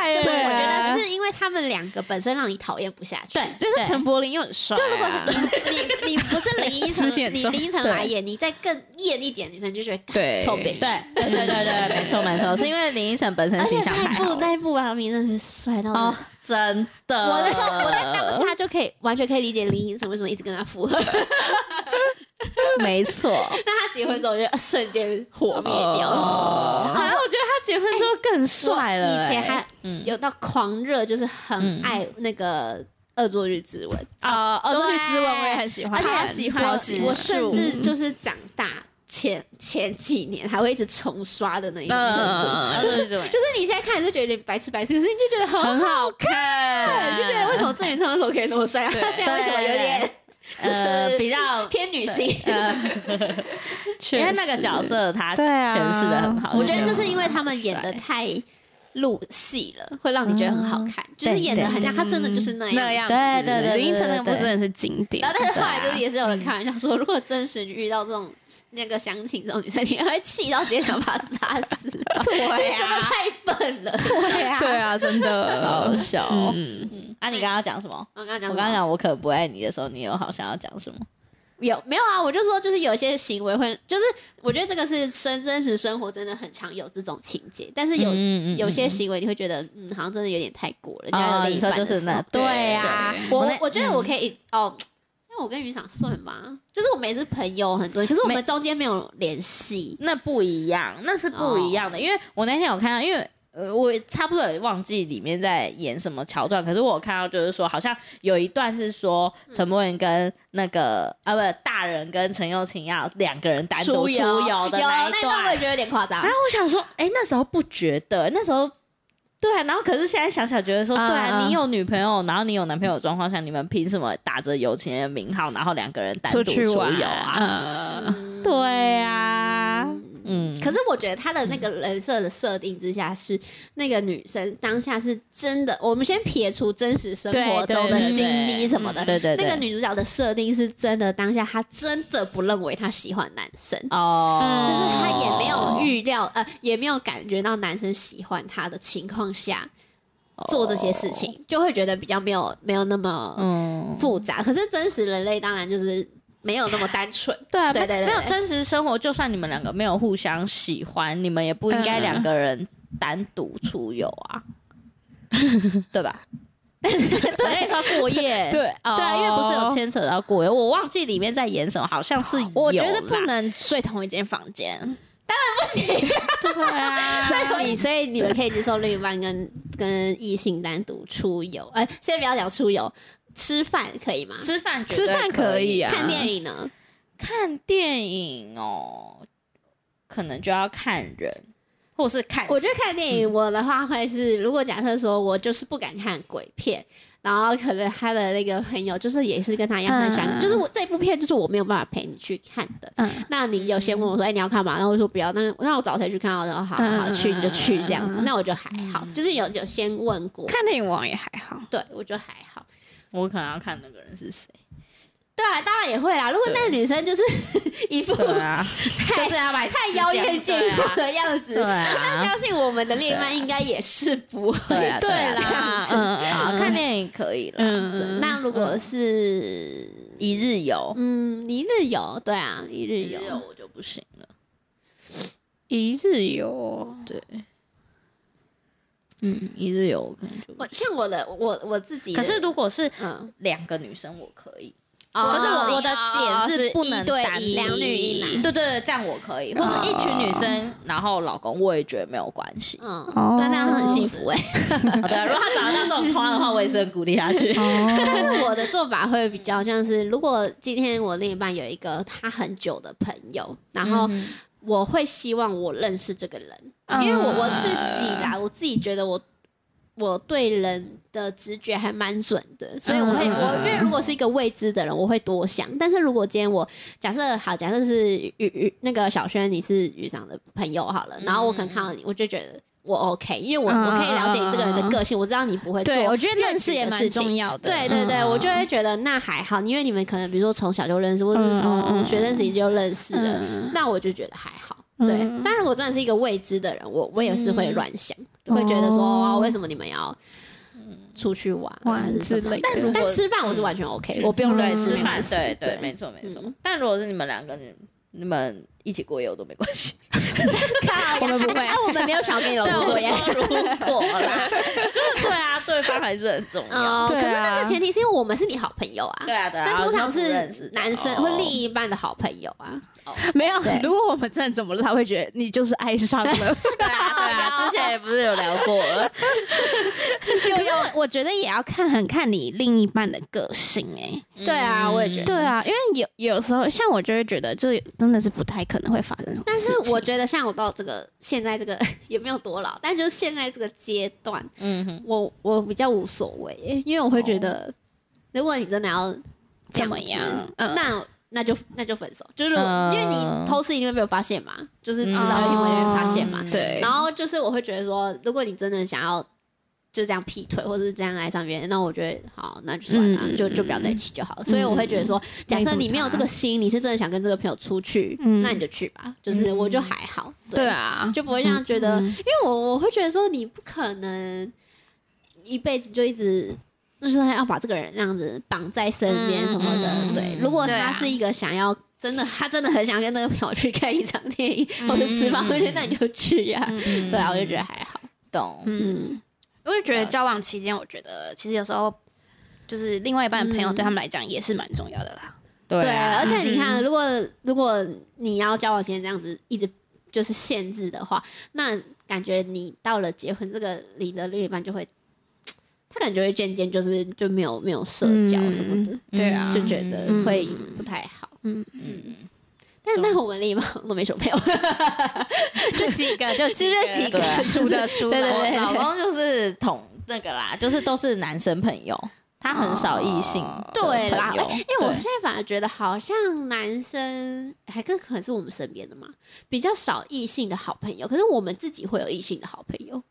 Speaker 1: 爱欸
Speaker 2: 可是我
Speaker 4: 对
Speaker 2: 觉
Speaker 4: 啊
Speaker 2: 得是因为他们两个本身让你讨厌不下去。
Speaker 3: 对，就
Speaker 1: 对
Speaker 3: 是陈柏霖又很帅啊、
Speaker 2: 就如果是你你你不是林依晨
Speaker 4: 私，信
Speaker 2: 你
Speaker 4: 中
Speaker 2: 林依晨
Speaker 1: 对
Speaker 2: 来演，你再更艳一点，女生就觉得
Speaker 4: 对
Speaker 2: 臭bitch
Speaker 1: 对对对对对，没错没错，是因为林依晨本身
Speaker 2: 而且
Speaker 1: 形象
Speaker 2: 那
Speaker 1: 太
Speaker 2: 一
Speaker 1: 好了
Speaker 2: 部哎那一部王阳明真的是帅到
Speaker 1: 哦
Speaker 2: 我，
Speaker 1: 真的。
Speaker 2: 那时候
Speaker 1: 呃
Speaker 2: 我在当下就可以完全可以理解林依晨为什么一直跟他复合， *laughs*
Speaker 1: 没错，
Speaker 2: 那他结婚之后我就呃瞬间火灭掉了。
Speaker 1: 好 *laughs* 像我觉得他结婚之后更帅哦了欸。
Speaker 2: 以前还
Speaker 1: 嗯
Speaker 2: 有到狂热，就是很
Speaker 1: 嗯
Speaker 2: 爱那个恶作剧之吻，
Speaker 3: 啊，恶作剧之吻我也很喜欢，
Speaker 2: 而且
Speaker 3: 超
Speaker 2: 我
Speaker 3: 喜
Speaker 2: 我
Speaker 3: 欢，
Speaker 2: 我甚至
Speaker 1: 嗯
Speaker 2: 就是长大前前几年还会一直重刷的那一种程度。
Speaker 1: 嗯，就是这种
Speaker 2: *laughs* 就是你现在看就觉得有点白痴白痴，可是你就觉得很
Speaker 1: 很
Speaker 2: 好
Speaker 1: 好欸看，
Speaker 2: 看，就觉得为什么郑元畅那时候可以那么
Speaker 1: *laughs*
Speaker 2: 帅，他现在为什么有点就是
Speaker 1: 呃比较
Speaker 2: 偏女性？
Speaker 1: 呃，因为那个角色他
Speaker 4: 对啊
Speaker 1: 诠释的很好，
Speaker 2: 我觉得就是因为他们演的太入戏了，会让你觉得很好看，就是演的很像他真的就是那
Speaker 4: 那样
Speaker 2: 样。
Speaker 1: 对
Speaker 4: 子
Speaker 1: 对对对
Speaker 3: 林依晨那个部真的是经典
Speaker 2: 然。后，但是后来就是也是有人开玩笑说，如果真实你遇到这种那个相亲这种女生，你还会气到直接想把她杀死， *laughs* 对啊真的太笨了。对啊
Speaker 4: 对啊，真
Speaker 1: 好
Speaker 4: 的，
Speaker 1: 笑哦。
Speaker 3: 嗯，
Speaker 1: 嗯啊，你刚刚讲什么？
Speaker 2: 我刚刚讲
Speaker 1: 我
Speaker 2: 什么，
Speaker 1: 刚刚讲我可能不爱你的时候，你有好想要讲什么？
Speaker 2: 有没有啊？我就说，就是有一些行为会，就是我觉得这个是生真实生活真的很常有这种情节，但是有、
Speaker 1: 嗯嗯嗯
Speaker 2: 有些行为你会觉得，嗯，好像真的有点太过了。
Speaker 1: 啊，
Speaker 2: 哦你
Speaker 1: 你说就是那对呀，
Speaker 2: 我
Speaker 1: 那嗯
Speaker 2: 我觉得我可以、哦，因为我跟云想算吧，就是我们也是朋友很多，可是我们中间没有联系。
Speaker 1: 那不一样，那是不一
Speaker 2: 哦
Speaker 1: 样的。因为我那天有看到，因为呃，我差不多也忘记里面在演什么桥段，可是我有看到就是说，好像有一段是说
Speaker 2: 嗯
Speaker 1: 陈柏霖跟那个、啊，不，大人跟陈又青要两个人单独出游的
Speaker 2: 有
Speaker 1: 那
Speaker 2: 那
Speaker 1: 一
Speaker 2: 段我
Speaker 1: 段
Speaker 2: 也。觉得有点夸张
Speaker 1: 然。后我想说，哎、那时候不觉得，那时候。对啊，然后可是现在想想，觉得说，对啊，
Speaker 4: 嗯嗯
Speaker 1: 你有女朋友，然后你有男朋友的状况下，你们凭什么打着友情的名号，然后两个人单独出游啊？
Speaker 4: 啊，
Speaker 2: 嗯
Speaker 1: 对啊，嗯，
Speaker 2: 可是我觉得他的那个人设的设定之下是，那个女生当下是真的。我们先撇除真实生活
Speaker 4: 对
Speaker 2: 中的
Speaker 4: 对
Speaker 2: 心机什么的，
Speaker 1: 对对对，
Speaker 2: 那个女主角的设定是真的，当下她真的不认为她喜欢男生，
Speaker 1: 哦，
Speaker 2: 就是她也没有预料，呃，也没有感觉到男生喜欢她的情况下做这些事情，就会觉得比较没有没有那么
Speaker 1: 哦嗯，
Speaker 2: 复杂。可是真实人类当然就是没有那么单纯，
Speaker 1: 对啊，
Speaker 2: 对对对
Speaker 1: 没有真实生活，就算你们两个没有互相喜欢，你们也不应该
Speaker 4: 嗯
Speaker 1: 两个人单独出游 *laughs* 啊，对 *laughs* 吧？我跟你说过夜，
Speaker 4: 对
Speaker 1: 对啊，因为不是有牵扯哦到过夜，我忘记里面在演什么，好像是
Speaker 3: 我
Speaker 1: 有
Speaker 3: 觉得
Speaker 1: 啦
Speaker 3: 不能睡同一间房间， *laughs* 对啊，
Speaker 2: 所以你所以你们可以接受另一半跟跟异性单独出游，哎、先不要讲出游，吃饭可以吗？
Speaker 1: 吃饭绝
Speaker 4: 吃
Speaker 1: 对
Speaker 4: 饭可
Speaker 1: 可
Speaker 4: 以啊
Speaker 2: 看电影
Speaker 1: 嗯
Speaker 2: 呢？
Speaker 1: 看电影哦，可能就要看人，或者是看
Speaker 2: 我觉得看电影，我的话会是，如果假设说我就是不敢看鬼片，然后可能他的那个朋友就是也是跟他一样很喜欢，
Speaker 3: 嗯
Speaker 2: 就是我这部片就是我没有办法陪你去看的。
Speaker 3: 嗯，
Speaker 2: 那你有先问我说，哎、你要看吗？然后我说不要，那那我找谁去看啊？然后好
Speaker 1: 嗯
Speaker 2: 好好，去你就去这样子，那我就还好，就是有有先问过，
Speaker 3: *laughs* 看电影网也还好。
Speaker 2: 对我就还好。
Speaker 1: 我可能要看那个人是谁。
Speaker 2: 对啊，当然也会啦。如果那个女生
Speaker 1: *laughs*
Speaker 2: 就是一副
Speaker 1: 对 *laughs* 啊，就是要买
Speaker 2: 太妖艳贱
Speaker 1: 对
Speaker 2: 货
Speaker 1: 啊，
Speaker 2: 的样
Speaker 1: 对
Speaker 2: 子，那
Speaker 1: 啊，
Speaker 2: 相信我们的另一半应该也是不会
Speaker 1: 对啊
Speaker 2: 这
Speaker 1: 对啊
Speaker 2: 样子。嗯
Speaker 1: 好看电影可以了，
Speaker 3: 嗯，
Speaker 2: 那如果是
Speaker 1: 一日游，
Speaker 2: 嗯一日游，对啊，一日
Speaker 1: 一日游
Speaker 2: 游，
Speaker 1: 我就不行了。
Speaker 3: 一日游，
Speaker 1: 对，嗯，一日游我可能就不
Speaker 2: 我
Speaker 1: 行。
Speaker 2: 像我的我我自己
Speaker 1: 可
Speaker 2: 的，
Speaker 1: 是如果是
Speaker 2: 嗯，
Speaker 1: 两个女生，我可以。
Speaker 2: 哦
Speaker 1: 可是我我的
Speaker 2: 哦
Speaker 1: 点
Speaker 2: 是
Speaker 1: 不能
Speaker 2: 一对
Speaker 1: 单
Speaker 2: 一
Speaker 1: 一
Speaker 2: 两女一男，哦
Speaker 1: 对对对，这样我可以，或是一群女生，然后老公我也觉得没有关
Speaker 2: *laughs*
Speaker 1: 系。
Speaker 2: 嗯，
Speaker 3: 哦
Speaker 2: 那那样很幸福哎。
Speaker 1: 啊对啊，如果他找得到这种同样的话，我也是很鼓励他去。
Speaker 2: 但是我的做法会比较像是，如果今天我另一半有一个他很久的朋友，
Speaker 1: *laughs*
Speaker 2: 然
Speaker 1: 哦
Speaker 2: 后我会希望我认识这个人，
Speaker 3: *laughs* 嗯
Speaker 2: 因为我我自己啦，我自己觉得我我对人的直觉还蛮准的，所以我会，
Speaker 3: 嗯
Speaker 2: 我觉得如果是一个未知的人，我会多想。但是如果今天我假设好，假设是雨雨那个小轩，你是雨长的朋友好了，然后我可能看到你，我就觉得。我 OK，因为我我可以了解你这个人的个性，我知道你不会做
Speaker 3: 嗯对，我觉得认识
Speaker 2: 越级
Speaker 3: 也
Speaker 2: 的
Speaker 3: 蛮
Speaker 2: 事情
Speaker 3: 重要的。
Speaker 2: 对对对，我就会觉得那还好，因为你们可能比如说从小就认识，或者是
Speaker 3: 嗯嗯
Speaker 2: 从
Speaker 3: 嗯
Speaker 2: 学生时期就认识了，
Speaker 3: 嗯
Speaker 2: 那我就觉得还好。对，
Speaker 3: 嗯
Speaker 2: 但如果真的是一个未知的人，我我也是会乱想，会觉得说、
Speaker 3: 哦
Speaker 2: 哦为什么你们要出去玩
Speaker 3: 玩
Speaker 2: 还是什么嗯
Speaker 3: 之类的
Speaker 2: 但如果但吃饭我是完全 OK，、我不用
Speaker 1: 对，
Speaker 2: 认识
Speaker 1: 吃
Speaker 2: 没
Speaker 1: 饭
Speaker 2: 关，系
Speaker 1: 对对，没错没错
Speaker 2: 嗯。
Speaker 1: 但如果是你们两个人，你们一起过夜我都没关
Speaker 2: *laughs*
Speaker 1: 系。
Speaker 2: *laughs* 靠，我们不会，啊哎，我们没有想要跟你
Speaker 1: 对，
Speaker 2: 老
Speaker 1: 我
Speaker 2: *laughs* 过耶。
Speaker 1: 说如果啦， *laughs* 就是对啊，对方还是很重要。
Speaker 2: 哦，可
Speaker 3: 对
Speaker 2: 是
Speaker 3: 啊
Speaker 2: 那个前提是因为我们是你好朋友啊
Speaker 1: 对，啊对啊，
Speaker 2: 但通常
Speaker 1: 我说不认识
Speaker 2: 是男生
Speaker 1: 哦
Speaker 2: 或另 *laughs* 一半的好朋友啊。
Speaker 3: 没有
Speaker 2: 对。
Speaker 3: 如果我们真的怎么了，他会觉得你就是爱上了。 *laughs*
Speaker 1: 对啊对啊，之前也不是有聊过了。
Speaker 3: 可是我我觉得也要看很看你另一半的个性哎、
Speaker 2: *laughs* 对啊我也觉得
Speaker 3: 对
Speaker 1: 嗯
Speaker 3: 啊，因为有有时候像我就会觉得，就真的是不太可能会发生什么
Speaker 2: 但
Speaker 3: 事情。
Speaker 2: 是我觉得，像我到这个现在这个也没有多老，但就是现在这个阶段，
Speaker 1: 嗯哼，
Speaker 2: 我我比较无所谓，因为我会
Speaker 3: 哦
Speaker 2: 觉得，如果你真的要这
Speaker 3: 怎
Speaker 2: 子
Speaker 3: 么样？嗯
Speaker 2: 那那就那就分手，就是、
Speaker 1: 嗯
Speaker 2: 因为
Speaker 3: 呃
Speaker 2: 你偷吃一定会被我发现嘛，就是迟早一定会被人发现嘛。
Speaker 1: 嗯
Speaker 3: 对
Speaker 2: 然后就是我会觉得说，如果你真的想要就这样劈腿，或者是这样爱上别人，那我觉得好，那就算了，
Speaker 3: 嗯
Speaker 2: 就就不要在一起就好了。所以我会觉得说，假设你没
Speaker 3: 啊
Speaker 2: 有这个心，你是真的想跟这个朋友出去，
Speaker 3: 嗯
Speaker 2: 那你就去吧，就是我就还好，
Speaker 3: 对，啊，
Speaker 2: 就不会这样觉得，
Speaker 3: 嗯
Speaker 2: 因为我我会觉得说你不可能一辈子就一直。就是要把这个人这样子绑在身边什么的，
Speaker 3: 嗯嗯嗯
Speaker 2: 对
Speaker 1: 嗯。
Speaker 2: 如果
Speaker 3: 对
Speaker 2: 他
Speaker 3: 啊
Speaker 2: 是一个想要真的，他真的很想跟那个朋友去看一场电影或者吃饭，
Speaker 1: 嗯嗯
Speaker 2: 我觉得那你就去啊。
Speaker 1: 嗯
Speaker 2: 对啊，我就觉得还好。
Speaker 1: 懂。
Speaker 2: 嗯，
Speaker 3: 我就觉得交往期间，我觉得其实有时候就是另外一半的朋友
Speaker 2: 嗯
Speaker 3: 对他们来讲也是蛮重要的啦。
Speaker 1: 对
Speaker 2: 对，
Speaker 1: 啊
Speaker 2: 而且你看，如果如果你要交往前这样子一直就是限制的话，那感觉你到了结婚这个，你的另一半就会，他感觉会渐渐就是就没有没有社交什么的。
Speaker 3: 对啊，
Speaker 2: 就觉得
Speaker 3: 嗯
Speaker 2: 会不太好。
Speaker 3: 嗯
Speaker 1: 嗯，
Speaker 2: 但
Speaker 1: 懂
Speaker 2: 但我们另一半好像都没什么朋友，
Speaker 3: *laughs* 就几个，就
Speaker 2: 只是几个
Speaker 1: 对啊
Speaker 3: 数 *laughs* 得出
Speaker 2: 对
Speaker 3: 来。
Speaker 2: 对对
Speaker 1: 老公就是同那个啦，就是都是男生朋友，他很少异性的朋友。
Speaker 2: 对啦。哎、哎我
Speaker 1: 对
Speaker 2: 现在反而觉得好像男生还更可能是我们身边的嘛，比较少异性的好朋友。可是我们自己会有异性的好朋友，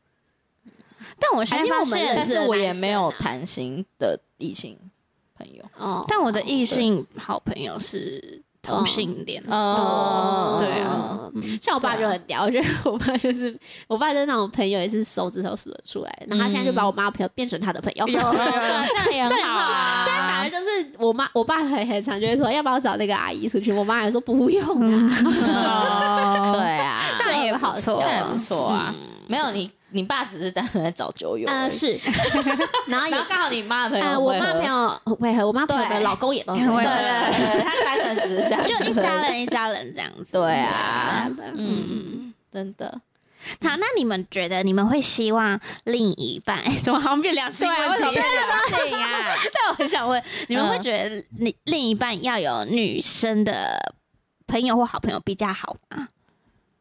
Speaker 3: 但我现在发
Speaker 2: 还是因为我们
Speaker 3: 现
Speaker 1: 但
Speaker 2: 认识
Speaker 1: 是我也没有谈心的异性朋友。
Speaker 2: 哦。
Speaker 3: 但我的异性好朋友是同性恋，
Speaker 1: 哦
Speaker 3: 对啊，
Speaker 2: 像我爸就很屌，我觉得我爸就是我爸就是那种朋友，也是手指头数得出来的。然后他现在就把我妈的朋友变成他的朋友， *laughs*
Speaker 1: 有有有嗯
Speaker 2: 这样也
Speaker 1: 这样好啊
Speaker 2: 现在反而就是我妈我爸很很常就会说要不要找那个阿姨出去，我妈还说不用啊。
Speaker 1: 对啊，嗯
Speaker 2: *laughs* 这样也不
Speaker 1: 啊
Speaker 2: 嗯
Speaker 1: 这样也不错啊。没有你你爸只是单纯在找酒友而已，
Speaker 2: 呃，是，然后也
Speaker 1: 然后刚好你妈的朋
Speaker 2: 呃，
Speaker 1: 友
Speaker 2: 我
Speaker 1: 欸会喝，
Speaker 2: 妈朋友会和我妈朋友的
Speaker 3: 对
Speaker 2: 老公也都
Speaker 3: 也
Speaker 1: 对
Speaker 3: 会
Speaker 2: 会
Speaker 3: 喝
Speaker 2: 喝，
Speaker 1: 对对对，他单纯只是这样， *laughs*
Speaker 3: 就一家。人一家人这样子。
Speaker 1: 哦对啊，嗯，
Speaker 3: 嗯，
Speaker 1: 真的。
Speaker 3: 好，那你们觉得你们会希望另一半？ *laughs* 哎，怎么好像变良心
Speaker 1: 对啊，
Speaker 3: 问
Speaker 1: 为什么
Speaker 3: 题了？
Speaker 1: 变良性啊？
Speaker 3: 但我很想问，你们会
Speaker 1: 嗯
Speaker 3: 觉得你另一半要有女生的朋友或好朋友比较好吗？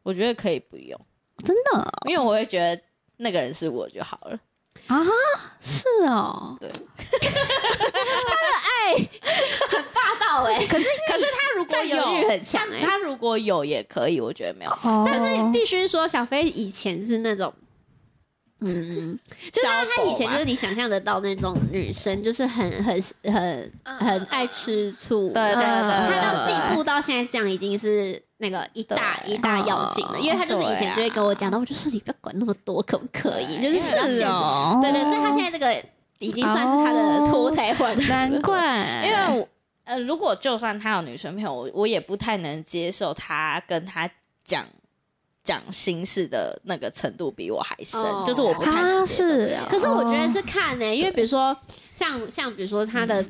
Speaker 1: 我觉得可以不用，
Speaker 3: 真的哦
Speaker 1: 因为我会觉得那个人是我就好了。
Speaker 3: 啊？是哦，
Speaker 2: 霸道哎，可是
Speaker 1: 可是他如果
Speaker 2: 占有
Speaker 1: 有
Speaker 2: 欲，很强哎。
Speaker 1: 他如果有也可以，我觉得没有。
Speaker 3: 但是
Speaker 2: 必须说，小飞以前是那种，嗯，就是
Speaker 1: 消
Speaker 2: 他以前
Speaker 1: 狗吧
Speaker 2: 就是你想象得到那种女生，就是很很很很爱吃醋，
Speaker 1: 对对
Speaker 3: 嗯
Speaker 1: 对，
Speaker 2: 他到进
Speaker 1: 步
Speaker 2: 步到现在这样，已经是那个一大
Speaker 1: 对
Speaker 2: 一大要紧了。因为他就是以前就会跟我讲，那我就说你不要管那么多，可不可以？就是比较现
Speaker 3: 是
Speaker 2: 实，
Speaker 3: 哦，
Speaker 2: 对对，所以他现在这个已经算是他的脱胎换骨了，
Speaker 3: 难怪，
Speaker 1: 因为我呃，如果就算他有女生朋友，我我也不太能接受他跟他讲讲心事的那个程度比我还深，
Speaker 2: 哦
Speaker 1: 就是我不太能
Speaker 3: 他
Speaker 1: 接受这
Speaker 3: 是
Speaker 1: 样，
Speaker 2: 可是我觉得是看呢、欸
Speaker 3: 哦
Speaker 2: 因为比如说像像比如说他
Speaker 3: 嗯
Speaker 2: 的、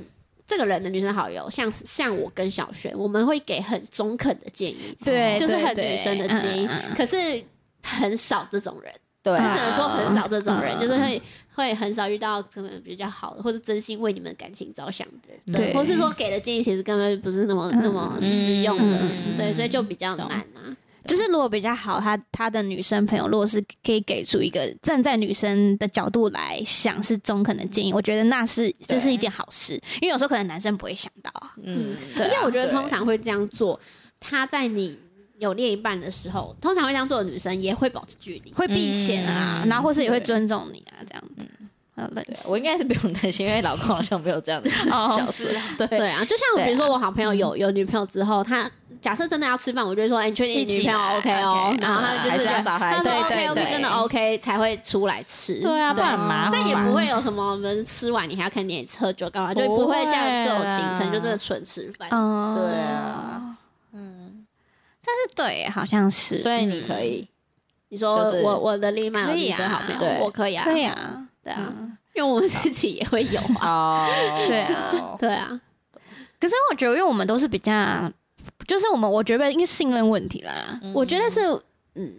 Speaker 2: 这个人的女生好友，像像我跟小璇，我们会给很中肯的建议，
Speaker 3: 对，
Speaker 2: 就是
Speaker 3: 哎对
Speaker 2: 很
Speaker 3: 对
Speaker 2: 女生的
Speaker 3: 嗯
Speaker 2: 建议
Speaker 3: 嗯嗯。
Speaker 2: 可是很少这种人，
Speaker 1: 对
Speaker 2: 就
Speaker 1: 啊
Speaker 2: 只能说很少这种人，
Speaker 3: 嗯
Speaker 2: 就是会会很少遇到可能比较好的，或者真心为你们感情着想的人，
Speaker 3: 对嗯
Speaker 2: 或是说给的建议其实根本不是那么那么实用的
Speaker 1: 嗯，
Speaker 2: 对，所以就比较难啊。
Speaker 3: 就是如果比较好，他他的女生朋友如果是可以给出一个站在女生的角度来想是中肯的建议，我觉得那是这是一件好事，因为有时候可能男生不会想到啊。
Speaker 1: 嗯，
Speaker 3: 对
Speaker 2: 而
Speaker 3: 啊
Speaker 2: 且我觉得
Speaker 1: 对
Speaker 2: 通常会这样做，他在你有另一半的时候，通常会这样做的女生也会保持距离。
Speaker 3: 会避嫌啊，
Speaker 1: 嗯
Speaker 3: 然后或是也会尊重你啊，这样子。好冷
Speaker 1: 对
Speaker 3: 血
Speaker 1: 我应该是不用担心，因为老公好像没有这样的角色，对。
Speaker 2: 对啊，就像我
Speaker 1: 哦对啊
Speaker 2: 比如说我好朋友有有女朋友之后，他假设真的要吃饭，我就会说，哎，你确定
Speaker 3: 一
Speaker 2: 你
Speaker 3: 起
Speaker 2: 女朋友
Speaker 3: 来
Speaker 2: OK 哦？
Speaker 3: ，OK，
Speaker 2: 然后他就
Speaker 1: 还
Speaker 2: 是
Speaker 1: 是要找他
Speaker 2: 他
Speaker 1: 一
Speaker 2: 说
Speaker 1: 起
Speaker 3: 对
Speaker 2: OK
Speaker 3: 对
Speaker 2: OK
Speaker 3: 对
Speaker 2: 真的 OK 才会出来吃。
Speaker 1: 对啊，不然很麻烦。
Speaker 2: 但也不会有什么我们吃完你还要看电影、喝酒干嘛，就不会像这种行程
Speaker 1: 不会啦
Speaker 2: 就真的纯吃饭。
Speaker 3: 哦
Speaker 1: 对啊，嗯，
Speaker 3: 是对，好像是，
Speaker 1: 所以你可以，
Speaker 2: 你说
Speaker 1: 就是
Speaker 2: 我我的另一半有
Speaker 3: 可以
Speaker 2: 女
Speaker 3: 啊
Speaker 2: 生好朋友，
Speaker 1: 对
Speaker 2: 我可以啊，
Speaker 3: 可以，啊，
Speaker 2: 对啊，
Speaker 3: 嗯
Speaker 2: 因为我们自己也会有
Speaker 1: 哦，
Speaker 2: 啊，
Speaker 1: 嗯
Speaker 3: 对啊，
Speaker 2: 对啊，
Speaker 3: 可是我觉得，因为我们都是比较，就是我们我觉得应该信任问题啦。
Speaker 2: 我觉得是，嗯，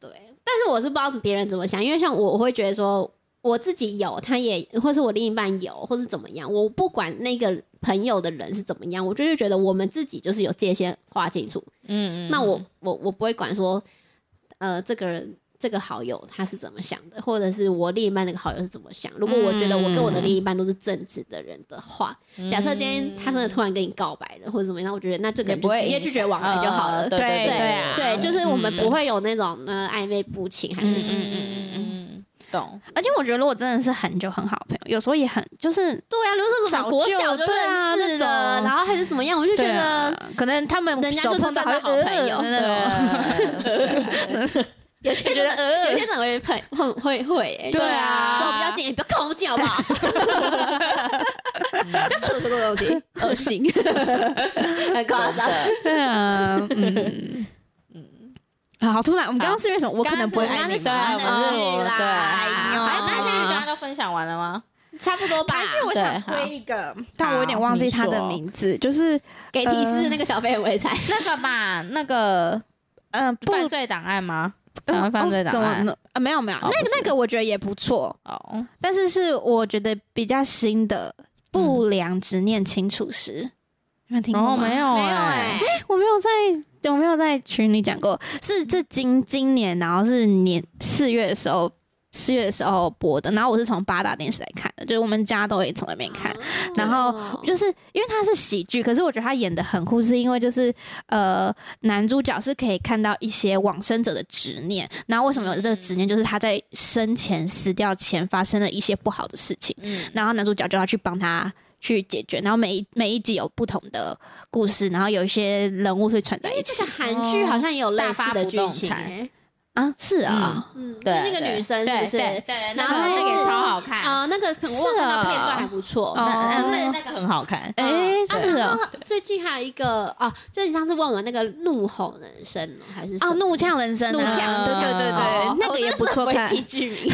Speaker 2: 对。但是我是不知道别人怎么想，因为像我，我会觉得说我自己有，他也，或是我另一半有，或是怎么样，我不管那个朋友的人是怎么样，我就是觉得我们自己就是有界限划清楚。
Speaker 1: 嗯，嗯
Speaker 2: 那我我我不会管说，呃，这个人。这个好友他是怎么想的，或者是我另一半那个好友是怎么想？如果我觉得我跟我的另一半都是正直的人的话，
Speaker 1: 嗯
Speaker 2: 假设今天他真的突然跟你告白了，或者怎么样，我觉得那这个
Speaker 1: 也
Speaker 2: 人就
Speaker 1: 不会
Speaker 2: 直接
Speaker 1: 影
Speaker 2: 拒绝
Speaker 1: 响
Speaker 2: 往来就好了
Speaker 1: 嗯呃。对对
Speaker 3: 对
Speaker 1: 啊，
Speaker 2: 对，就是我们
Speaker 3: 嗯
Speaker 2: 不会有那种呃暧昧不清还
Speaker 1: 嗯嗯
Speaker 2: 是什么。
Speaker 1: 嗯嗯嗯，懂。
Speaker 3: 而且我觉得，如果真的是很久很好的朋友，有时候也很就是
Speaker 2: 对啊，如果说什么
Speaker 3: 早
Speaker 2: 国
Speaker 3: 就
Speaker 2: 小就
Speaker 3: 对啊
Speaker 2: 认识
Speaker 3: 那
Speaker 2: 了，
Speaker 3: 种
Speaker 2: 然后还是怎么样，我就觉
Speaker 3: 对
Speaker 2: 得
Speaker 3: 啊可能他们
Speaker 2: 人家
Speaker 3: 手
Speaker 2: 就是
Speaker 3: 碰到
Speaker 2: 真的
Speaker 3: 还
Speaker 2: 好
Speaker 3: 会
Speaker 2: 朋
Speaker 3: 呃
Speaker 2: 友
Speaker 3: 那种
Speaker 2: *laughs* 有些觉得呃，有些怎么会碰碰会会欸，
Speaker 1: 对啊
Speaker 2: 走比较近，也不要靠我们近好不好？不要扯这个
Speaker 1: *laughs*
Speaker 2: 东西，恶心，很夸张。
Speaker 3: 对啊，嗯嗯，好突然，我们刚刚是为什么我可能不会
Speaker 2: 刚
Speaker 3: 爱
Speaker 2: 刚
Speaker 3: 你
Speaker 2: 是
Speaker 1: 对
Speaker 2: 我
Speaker 1: 啊，
Speaker 2: 刚
Speaker 1: 我是我
Speaker 2: 刚是喜欢的剧啦
Speaker 1: 对啊，
Speaker 3: 哎呦
Speaker 1: 哎那现在大家都分享完了吗？
Speaker 2: *laughs* 差不多吧。
Speaker 3: 还是我想
Speaker 1: 对好
Speaker 3: 推一个，但我有点忘记他的
Speaker 1: 好你说
Speaker 3: 名字，就是
Speaker 2: 给提示，那个小飞很会猜。
Speaker 1: 那个吧，那个
Speaker 3: 呃，不
Speaker 1: 犯罪档案吗？台
Speaker 3: 呃
Speaker 1: 湾犯罪档
Speaker 3: 怎么
Speaker 1: 案
Speaker 3: 呢啊？没有没有，
Speaker 1: 哦
Speaker 3: 那
Speaker 1: 不是
Speaker 3: 那个我觉得也不错，
Speaker 1: 哦，
Speaker 3: 但是是我觉得比较新的不良执念清除师，你们听过吗？
Speaker 1: 哦，没有
Speaker 2: 没有
Speaker 1: 哎
Speaker 2: 哎，，
Speaker 3: 我没有在，我没有在群里讲过，是这今今年，然后是年四月的时候，四月的时候播的，然后我是从八大电视来看的，就是我们家都也从来没
Speaker 2: 哦
Speaker 3: 看。然后就是因为他是喜剧，可是我觉得他演的很酷，是因为就是呃，男主角是可以看到一些往生者的执念，然后为什么有这个执念，就是他在生前死掉前发生了一些不好的事情，
Speaker 1: 嗯
Speaker 3: 然后男主角就要去帮他去解决，然后每一每一集有不同的故事，然后有一些人物会串在一起
Speaker 2: 这。个韩剧好像也有类似的剧情欸，
Speaker 3: 啊，是啊，
Speaker 2: 嗯，
Speaker 1: 对
Speaker 2: 是那个
Speaker 1: 对
Speaker 2: 女生是不是？
Speaker 1: 对对，那
Speaker 2: 然
Speaker 1: 个
Speaker 2: 后
Speaker 1: 那个也超好看，
Speaker 2: 啊，那个可能我有
Speaker 3: 是
Speaker 2: 看到
Speaker 3: 啊
Speaker 2: 片段还不错。
Speaker 3: 哦
Speaker 1: 那
Speaker 2: 就
Speaker 1: 就是是那个很好看。
Speaker 3: 哎、是
Speaker 2: 然
Speaker 3: 啊，
Speaker 2: 后最近还有一个啊，就是你上次问我那个怒吼人生哦还是什
Speaker 3: 哦，
Speaker 2: 么
Speaker 3: 怒呛人生、啊，
Speaker 2: 怒
Speaker 1: 呛
Speaker 3: 对对对对，
Speaker 2: 哦
Speaker 3: 那个也不错看，
Speaker 2: 危机剧名，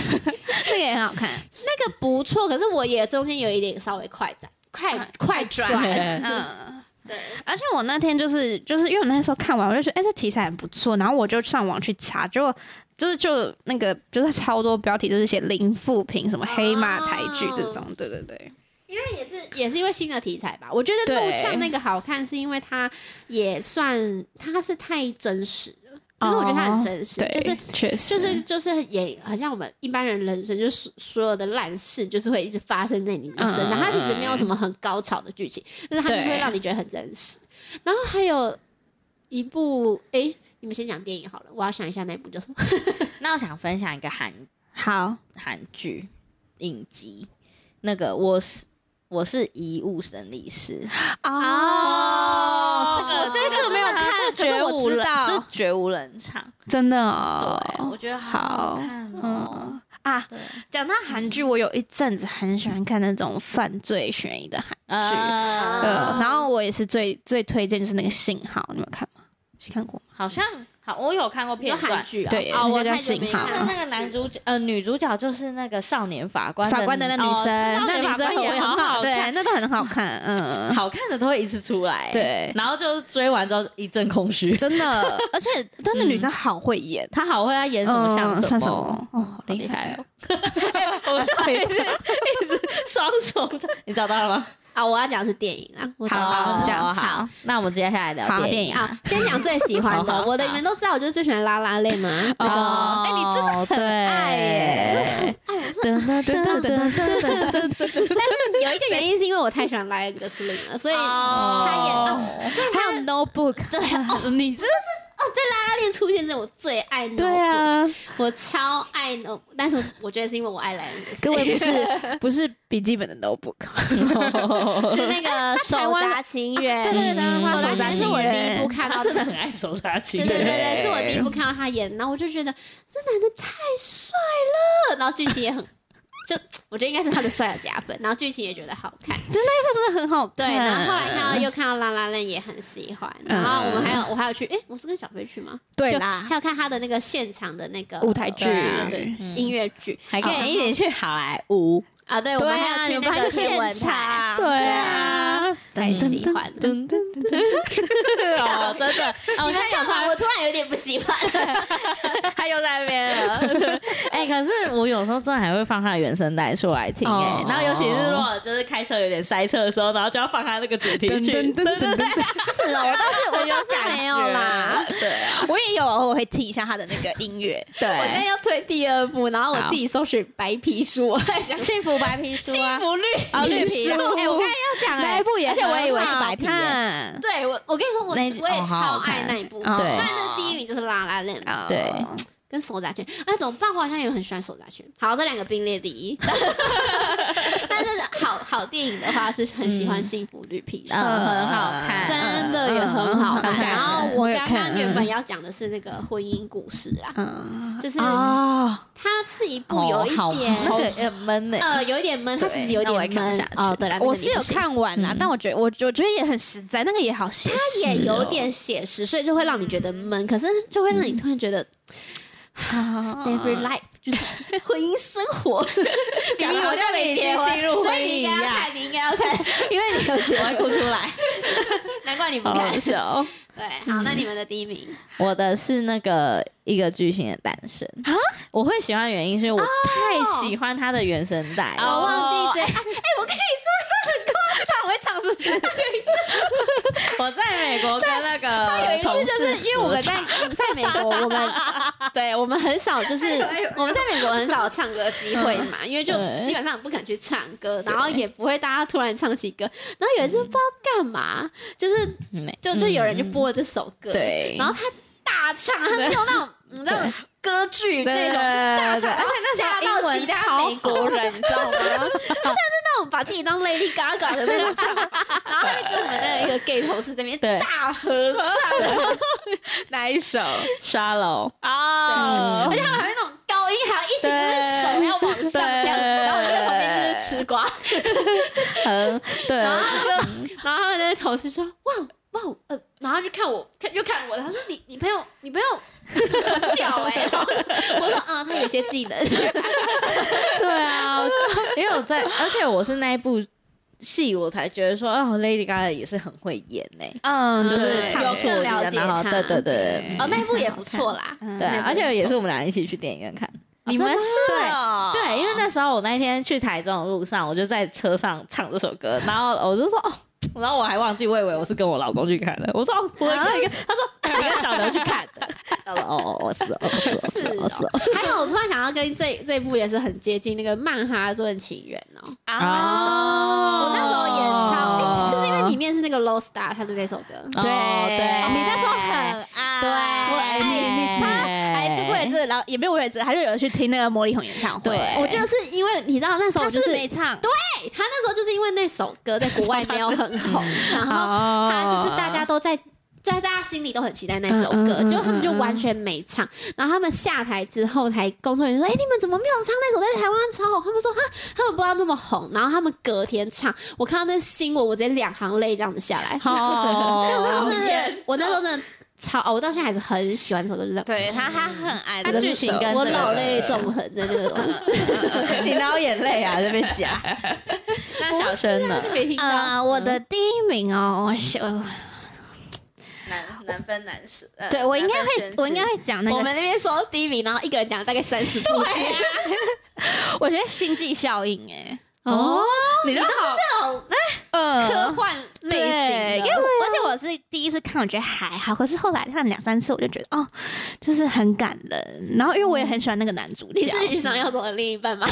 Speaker 3: 那个也很好 *laughs* 看，
Speaker 2: *laughs* 那个不错，可是我也中间有一点稍微快转，快快转，
Speaker 1: 对
Speaker 3: 嗯。
Speaker 2: 对，
Speaker 3: 而且我那天就是就是因为我那时候看完，我就觉得哎、这题材很不错，然后我就上网去查，结果就是就那个就是超多标题就是写零负评什么黑马台剧这种，对对对，
Speaker 2: 因为也是也是因为新的题材吧，我觉得怒呛那个好看是因为它也算它是太真实了，就是我觉得它很真
Speaker 3: 哦
Speaker 2: 实，就是
Speaker 3: 确实
Speaker 2: 就是就是也好像我们一般人人生，就是所所有的烂事，就是会一直发生在你的身上。
Speaker 3: 嗯
Speaker 2: 它其实没有什么很高潮的剧情，但是它就是会
Speaker 3: 对
Speaker 2: 让你觉得很真实。然后还有一部，诶，你们先讲电影好了，我要想一下那一部叫什么。
Speaker 1: 那我想分享一个韩
Speaker 3: 好
Speaker 1: 韩剧影集，那个我是我是遗物整理师，
Speaker 2: 哦
Speaker 1: 哦这个
Speaker 3: 这
Speaker 1: 这个
Speaker 3: 个没有看，
Speaker 1: 这绝
Speaker 3: 可是我
Speaker 1: 无
Speaker 3: 知
Speaker 1: 人，
Speaker 3: 道
Speaker 1: 这绝无冷场。
Speaker 3: 真的
Speaker 1: 对，
Speaker 3: 哦
Speaker 1: 我，觉得好好看哦。
Speaker 3: 嗯啊，
Speaker 1: 对
Speaker 3: 讲到韩剧，我有一阵子很喜欢看那种犯罪悬疑的韩剧，
Speaker 1: 呃
Speaker 3: 呃，，然后我也是最最推荐就是那个信号，你们有看吗？去看过吗？
Speaker 1: 好像好，我有看过
Speaker 2: 有
Speaker 1: 片
Speaker 2: 韩
Speaker 1: 段。
Speaker 2: 剧啊，
Speaker 3: 对
Speaker 2: 啊，我
Speaker 3: 那叫
Speaker 2: 太久没
Speaker 3: 信号
Speaker 1: 那
Speaker 2: 看了
Speaker 1: 那个男主角呃女主角就是那个少年法官
Speaker 3: 法官的那女
Speaker 1: 哦
Speaker 3: 生，那
Speaker 1: 少年
Speaker 3: 女
Speaker 1: 法
Speaker 3: 生
Speaker 1: 官
Speaker 3: 我
Speaker 1: 也
Speaker 3: 很
Speaker 1: 好
Speaker 3: 好，
Speaker 1: 好
Speaker 3: 对，
Speaker 1: 看，
Speaker 3: 那都很好看，嗯，
Speaker 1: 好看的都会一次出来。，
Speaker 3: 对，
Speaker 1: 然后就追完之后一阵空虚。
Speaker 3: 真的，而且真的女生好会演，
Speaker 1: 他好会，他演什么像
Speaker 3: 嗯
Speaker 1: 什
Speaker 3: 算什
Speaker 1: 么，
Speaker 3: 么，哦，好厉害哦，
Speaker 1: *laughs* 我们到底是一直双重的，你找到了吗？哦
Speaker 2: 啊，我要讲的是电影啦，我找
Speaker 3: 好
Speaker 2: 到了
Speaker 3: 这样
Speaker 1: 好
Speaker 2: 好
Speaker 1: 好，那我们接下来聊
Speaker 3: 好
Speaker 1: 电
Speaker 3: 电影
Speaker 2: 啊，先讲最喜欢
Speaker 1: 好
Speaker 2: 的，
Speaker 1: 好
Speaker 2: 我的你们都知道，我就是最喜欢拉拉链嘛，那个
Speaker 1: 哦，哎，你真的很爱耶，
Speaker 3: 噔噔噔噔噔噔，
Speaker 2: 有一个原因是因为我太喜欢莱恩·格斯林了，所以他演
Speaker 1: 哦
Speaker 2: 哦，
Speaker 1: *laughs*
Speaker 3: 还有 Notebook，
Speaker 2: 对
Speaker 3: 哦，你这
Speaker 2: 拉链出现在我最爱 n o
Speaker 3: 对啊，
Speaker 2: 我超爱 no，但是我觉得是因为我爱莱恩格斯
Speaker 3: 各
Speaker 2: 林，
Speaker 3: 位不是不是笔记本的 Notebook，
Speaker 2: 是那个手札情缘，
Speaker 3: 对对对
Speaker 1: 嗯
Speaker 3: 他
Speaker 2: 手札
Speaker 3: 手札
Speaker 2: 情缘是
Speaker 3: 情
Speaker 2: 我第一
Speaker 3: 缘
Speaker 2: 部看到
Speaker 1: 他真的很爱手杀情
Speaker 2: 对
Speaker 1: 人，
Speaker 2: 对对对，是我第一部看到他演，然后我就觉得这男的太帅了，然后剧情也很，就我觉得应该是他的帅有加分，然后剧情也觉得好看，
Speaker 3: 真的很好看，
Speaker 2: 对，然后后来看到又看到拉拉链也很喜欢，然后我们还有我还有去，哎，我是跟小飞去吗？
Speaker 3: 对
Speaker 2: 就
Speaker 3: 啦
Speaker 2: 还，有看他的那个现场的那个
Speaker 3: 舞台剧
Speaker 2: 对对对，
Speaker 1: 嗯
Speaker 2: 音乐剧
Speaker 1: 还可以一起去好莱坞，
Speaker 2: 啊，对，我
Speaker 3: 对
Speaker 2: 们
Speaker 3: 啊，
Speaker 2: 还有去
Speaker 3: 你们
Speaker 2: 那
Speaker 3: 还
Speaker 2: 个
Speaker 3: 有
Speaker 2: 新闻
Speaker 3: 现
Speaker 2: 台
Speaker 3: 场，，
Speaker 1: 对
Speaker 3: 啊，
Speaker 2: 太喜欢了。
Speaker 1: 噔噔噔噔， *laughs* 哦，真的，啊，我
Speaker 2: 你
Speaker 1: 现
Speaker 2: 们
Speaker 1: 在
Speaker 2: 讲
Speaker 1: 想出
Speaker 2: 出来，
Speaker 1: 来
Speaker 2: 我突然有点不喜欢。
Speaker 1: 他又在那边了。 *laughs* 哎、可是我有时候真的还会放他的原声带出来听哎、
Speaker 3: 哦
Speaker 1: 然后尤其是如果就是开车有点塞车的时候，然后就要放他那个主题曲，
Speaker 3: 噔噔噔噔噔，
Speaker 2: 是哦，我倒是我倒是没有啦。
Speaker 1: 对啊，
Speaker 3: 我也有，我会听一下他的那个音乐，
Speaker 2: *laughs* 我现在
Speaker 1: 对。
Speaker 2: 要推第二部，然后我自己搜寻白皮书，我在想
Speaker 3: 幸福白皮
Speaker 2: 幸福绿
Speaker 1: 啊绿皮
Speaker 2: 书
Speaker 1: 书
Speaker 2: 哎，我刚才要讲
Speaker 3: 那
Speaker 2: 哎
Speaker 3: 一，部也，
Speaker 2: 而且我以为是白皮耶
Speaker 3: 耶，
Speaker 2: 对哎我我跟你说，我我
Speaker 1: 那一
Speaker 2: 也
Speaker 1: 哦好
Speaker 2: 超
Speaker 1: 好
Speaker 2: 爱
Speaker 1: 看
Speaker 2: 那一部，
Speaker 3: 哦
Speaker 2: 虽然那第一名就是拉拉链
Speaker 3: 哦
Speaker 1: 对
Speaker 2: 跟手札圈，哎，怎么办？我好像也很喜欢手札圈。好，这两个并列第一。 *laughs* 但是好好电影的话，是很喜欢《幸福绿皮书》
Speaker 1: 嗯很好看
Speaker 2: 真的也很好看。
Speaker 1: 嗯嗯嗯
Speaker 2: 然后我
Speaker 3: 我也
Speaker 2: 刚
Speaker 3: 看
Speaker 2: 刚
Speaker 3: 嗯
Speaker 2: 原本要讲的是那个婚姻故事啦，
Speaker 3: 嗯，
Speaker 2: 就是
Speaker 3: 啊，
Speaker 2: 它是一部有
Speaker 3: 哦
Speaker 2: 一
Speaker 1: 好
Speaker 2: 点、
Speaker 1: 那个很闷呢、
Speaker 2: 呃有一点闷，它其实有一
Speaker 1: 那我也
Speaker 2: 点
Speaker 1: 看不
Speaker 2: 闷
Speaker 1: 下去
Speaker 2: 哦。对啦，那个
Speaker 3: 我
Speaker 2: 你
Speaker 3: 是有
Speaker 2: 不行，
Speaker 3: 看完啦，但我觉得我我觉得也很实在，那个也好写实哦，
Speaker 2: 它也有点写实，所以就会让你觉得闷，可是就会让你突然
Speaker 1: 嗯
Speaker 2: 觉得。Every life 就是婚姻生活，讲得好像没结婚，
Speaker 1: 进入
Speaker 2: 所
Speaker 1: 婚姻
Speaker 2: 以你
Speaker 1: 一
Speaker 2: 应该要
Speaker 1: 样， *laughs*
Speaker 2: 看，你应该要看，因为你有结
Speaker 1: 我会
Speaker 2: 婚，
Speaker 1: 哭出来，
Speaker 2: 难怪你不
Speaker 1: 好
Speaker 2: 看
Speaker 1: 好。笑。
Speaker 2: 对，好，那你们的第一名，
Speaker 1: 我的是那个一个巨星的诞生啊，我会喜欢的原因是因为我太喜欢他的原声带了。
Speaker 2: 啊，我忘记这，哎，我跟
Speaker 3: 唱会唱是不是？
Speaker 1: 我在美国跟那
Speaker 2: 有
Speaker 1: 个
Speaker 2: 一
Speaker 1: 同
Speaker 2: 次就是
Speaker 1: 事，
Speaker 2: 因为我们在在美国，我们对我们很少就是我们在美国很少有唱歌机会嘛，因为就
Speaker 1: 对
Speaker 2: 基本上不肯去唱歌，然后也不会大家突然唱起歌，然后有一次不知道干嘛，就是
Speaker 1: 嗯
Speaker 2: 就就有人就播了这首歌，
Speaker 1: 对
Speaker 2: 然后他。大唱，他是用那种你知道歌剧
Speaker 1: 对
Speaker 2: 那
Speaker 1: 对
Speaker 2: 种大
Speaker 1: 对对
Speaker 2: 唱，然后吓
Speaker 1: 英
Speaker 2: 到
Speaker 1: 文
Speaker 2: 其他
Speaker 1: 超
Speaker 2: 美国人，你知道吗？他真的是那种把自己当 Lady Gaga 的那种唱，然后他就跟我们的一个 gay 同事这边
Speaker 1: 对
Speaker 2: 大合唱，
Speaker 4: 哪一首？
Speaker 1: 沙漏，
Speaker 4: 哦
Speaker 2: 而且他们还会那种高音，还要一起就是手要往上这样子，
Speaker 1: 对
Speaker 2: 然后我就在旁
Speaker 1: 呃
Speaker 2: 边就是吃瓜，
Speaker 1: 嗯，对
Speaker 2: 然，后他就，然后他们的同事说，哇哇，呃，然后就看我，看就看我，他说你你朋友你朋友很屌哎、 *laughs* 然后我说啊、他有一些技能，
Speaker 1: 对啊，因为我在，而且我是那一部戏，我才觉得说，哦，Lady Gaga 也是很会演呢、
Speaker 3: 嗯，
Speaker 1: 就
Speaker 3: 对
Speaker 1: 是唱
Speaker 2: 有
Speaker 1: 错
Speaker 2: 更
Speaker 1: 人
Speaker 2: 了
Speaker 1: 家，
Speaker 2: 解
Speaker 1: 然后
Speaker 2: 他
Speaker 1: 对对对
Speaker 2: 哦，那一部也不错啦，
Speaker 1: 对啊，而且也是我们俩一起去电影院看。
Speaker 3: 你们是
Speaker 1: 对
Speaker 3: 哦
Speaker 1: 对，因为那时候我那天去台中的路上，我就在车上唱这首歌，然后我就说哦。然后我还忘记，我以为我是跟我老公去看的。我说哦我跟一个，他说我跟小刘去看的。他说哦哦哦是哦是哦
Speaker 2: 是
Speaker 1: 是哦是
Speaker 2: 哦
Speaker 1: 哦，，
Speaker 2: 还有我突然想到跟这这一部也是很接近那个《曼哈顿情缘》哦，
Speaker 1: 哦
Speaker 2: 我那时候也唱，
Speaker 3: 哦
Speaker 2: 诶是不是因为里面是那个 Low Star 他的那首歌？
Speaker 1: 哦对
Speaker 3: 你那时候很爱，
Speaker 1: 对
Speaker 3: 我爱你，你他哎，就为了这，然后也没有为了这，他就有去听那个魔力红演唱会，
Speaker 1: 对
Speaker 2: 我就是因为你知道那时候
Speaker 3: 他
Speaker 2: 我就是是
Speaker 3: 没唱，
Speaker 2: 他那时候就是因为那首歌在国外没有很红，然后
Speaker 3: 哦
Speaker 2: 他就是大家都在。在大家心里都很期待那首
Speaker 3: 嗯嗯
Speaker 2: 歌，
Speaker 3: 嗯
Speaker 2: 结果他们就
Speaker 3: 嗯嗯
Speaker 2: 完全没唱。然后他们下台之后，才工作人员说：“哎、你们怎么没有唱那首在台湾超红？”他们说：“哈，他们不知道那么红。”然后他们隔天唱，我看到那新闻，我直接两行泪这样子下来。我那时
Speaker 3: 哦，
Speaker 2: 候真的，我那时候真的超，哦我到现在还是很喜欢这首歌，就是这样
Speaker 4: 对他，他很爱
Speaker 1: 他
Speaker 4: 这
Speaker 1: 剧
Speaker 4: 首
Speaker 1: 情跟
Speaker 2: 我
Speaker 1: 这个
Speaker 2: 老泪纵横的那个，
Speaker 1: 你哪有眼泪啊？这边讲，那小生呢
Speaker 2: 就？没听到。
Speaker 3: 呃，我的第一名哦，我是我
Speaker 1: 难难分难呃舍。
Speaker 3: 对我应该会，我应该会讲那个，
Speaker 2: 我们那边说第一名，然后一个人讲了大概三十部集。
Speaker 3: *laughs* 我觉得星际效应，哎，
Speaker 2: 哦，
Speaker 1: 你都好
Speaker 2: 这种
Speaker 3: 呃
Speaker 2: 科幻类
Speaker 3: 对啊
Speaker 2: 型
Speaker 3: 因
Speaker 2: 的，
Speaker 3: 为我而且我是第一次看，我觉得还好，可是后来看两三次，我就觉得哦，就是很感人。然后因为我也很喜欢那个男主角，
Speaker 2: 你是遇上要走的另一半吗？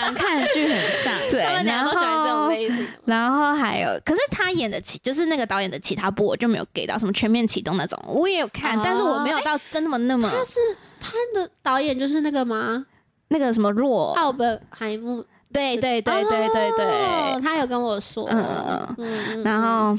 Speaker 1: 难看的剧很
Speaker 2: *laughs*
Speaker 1: 像。
Speaker 3: 对，
Speaker 2: 他们
Speaker 3: 然
Speaker 2: 俩
Speaker 3: 后
Speaker 2: 都喜欢这种类型。
Speaker 3: 然后还有，可是他演的其就是那个导演的其他部，我就没有给到什么全面启动那种，我也有看，
Speaker 2: 哦哎
Speaker 3: 但是我没有到真那么那么
Speaker 2: 但是他的导演就是那个吗？
Speaker 3: 那个什么弱。
Speaker 2: 奥本海默。
Speaker 3: 对对哦对对对
Speaker 2: 哦
Speaker 3: 对，
Speaker 2: 他有跟我说。
Speaker 3: 嗯嗯
Speaker 2: 嗯嗯
Speaker 3: 然后。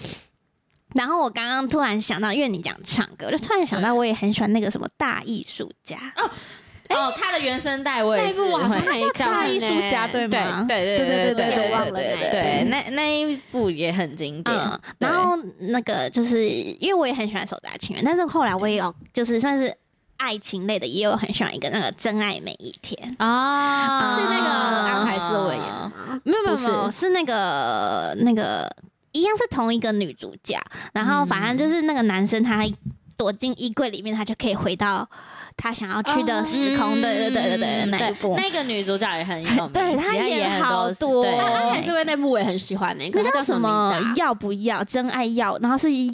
Speaker 3: 然后我刚刚突然想到，因为你讲唱歌，我就突然想到，我也很喜欢那个什么大艺术家，
Speaker 1: 哦，他的原声带我
Speaker 2: 那
Speaker 1: 也
Speaker 2: 一哎
Speaker 1: 是
Speaker 2: 部我好像
Speaker 1: 会
Speaker 2: 还叫
Speaker 3: 大艺术家对
Speaker 1: 对
Speaker 3: 吗？
Speaker 1: 对
Speaker 3: 对
Speaker 1: 对对
Speaker 3: 对对
Speaker 1: 对
Speaker 3: 忘了
Speaker 1: 对
Speaker 3: 那一
Speaker 1: 对，
Speaker 3: 部
Speaker 1: 那那一部也很经典。
Speaker 3: 嗯，然后那个就是因为我也很喜欢《手札情缘》，但是后来我也有就是算是爱情类的，也有很喜欢一个那个《真爱每一天》，
Speaker 1: 啊
Speaker 3: 是那个
Speaker 2: 安海瑟薇演的
Speaker 1: 的，
Speaker 2: 吗？
Speaker 3: 没有没有
Speaker 1: 不
Speaker 3: 没
Speaker 1: 是
Speaker 3: 有，是那个那个一样是同一个女主角，然后反正就是那个男生他躲进衣柜里面，他就可以回到他想要去的时空，对对对对哦嗯对，那一部。
Speaker 1: 那个女主角也很有名，
Speaker 3: 对她
Speaker 1: 也
Speaker 3: 演
Speaker 1: 很
Speaker 3: 好多
Speaker 1: 对
Speaker 3: 哦
Speaker 2: 安海瑟薇那部我也很喜欢欸呢，可
Speaker 3: 那
Speaker 2: 是它
Speaker 3: 叫什
Speaker 2: 么
Speaker 3: 么
Speaker 2: 名字啊？
Speaker 3: 要不要真爱要？然后是一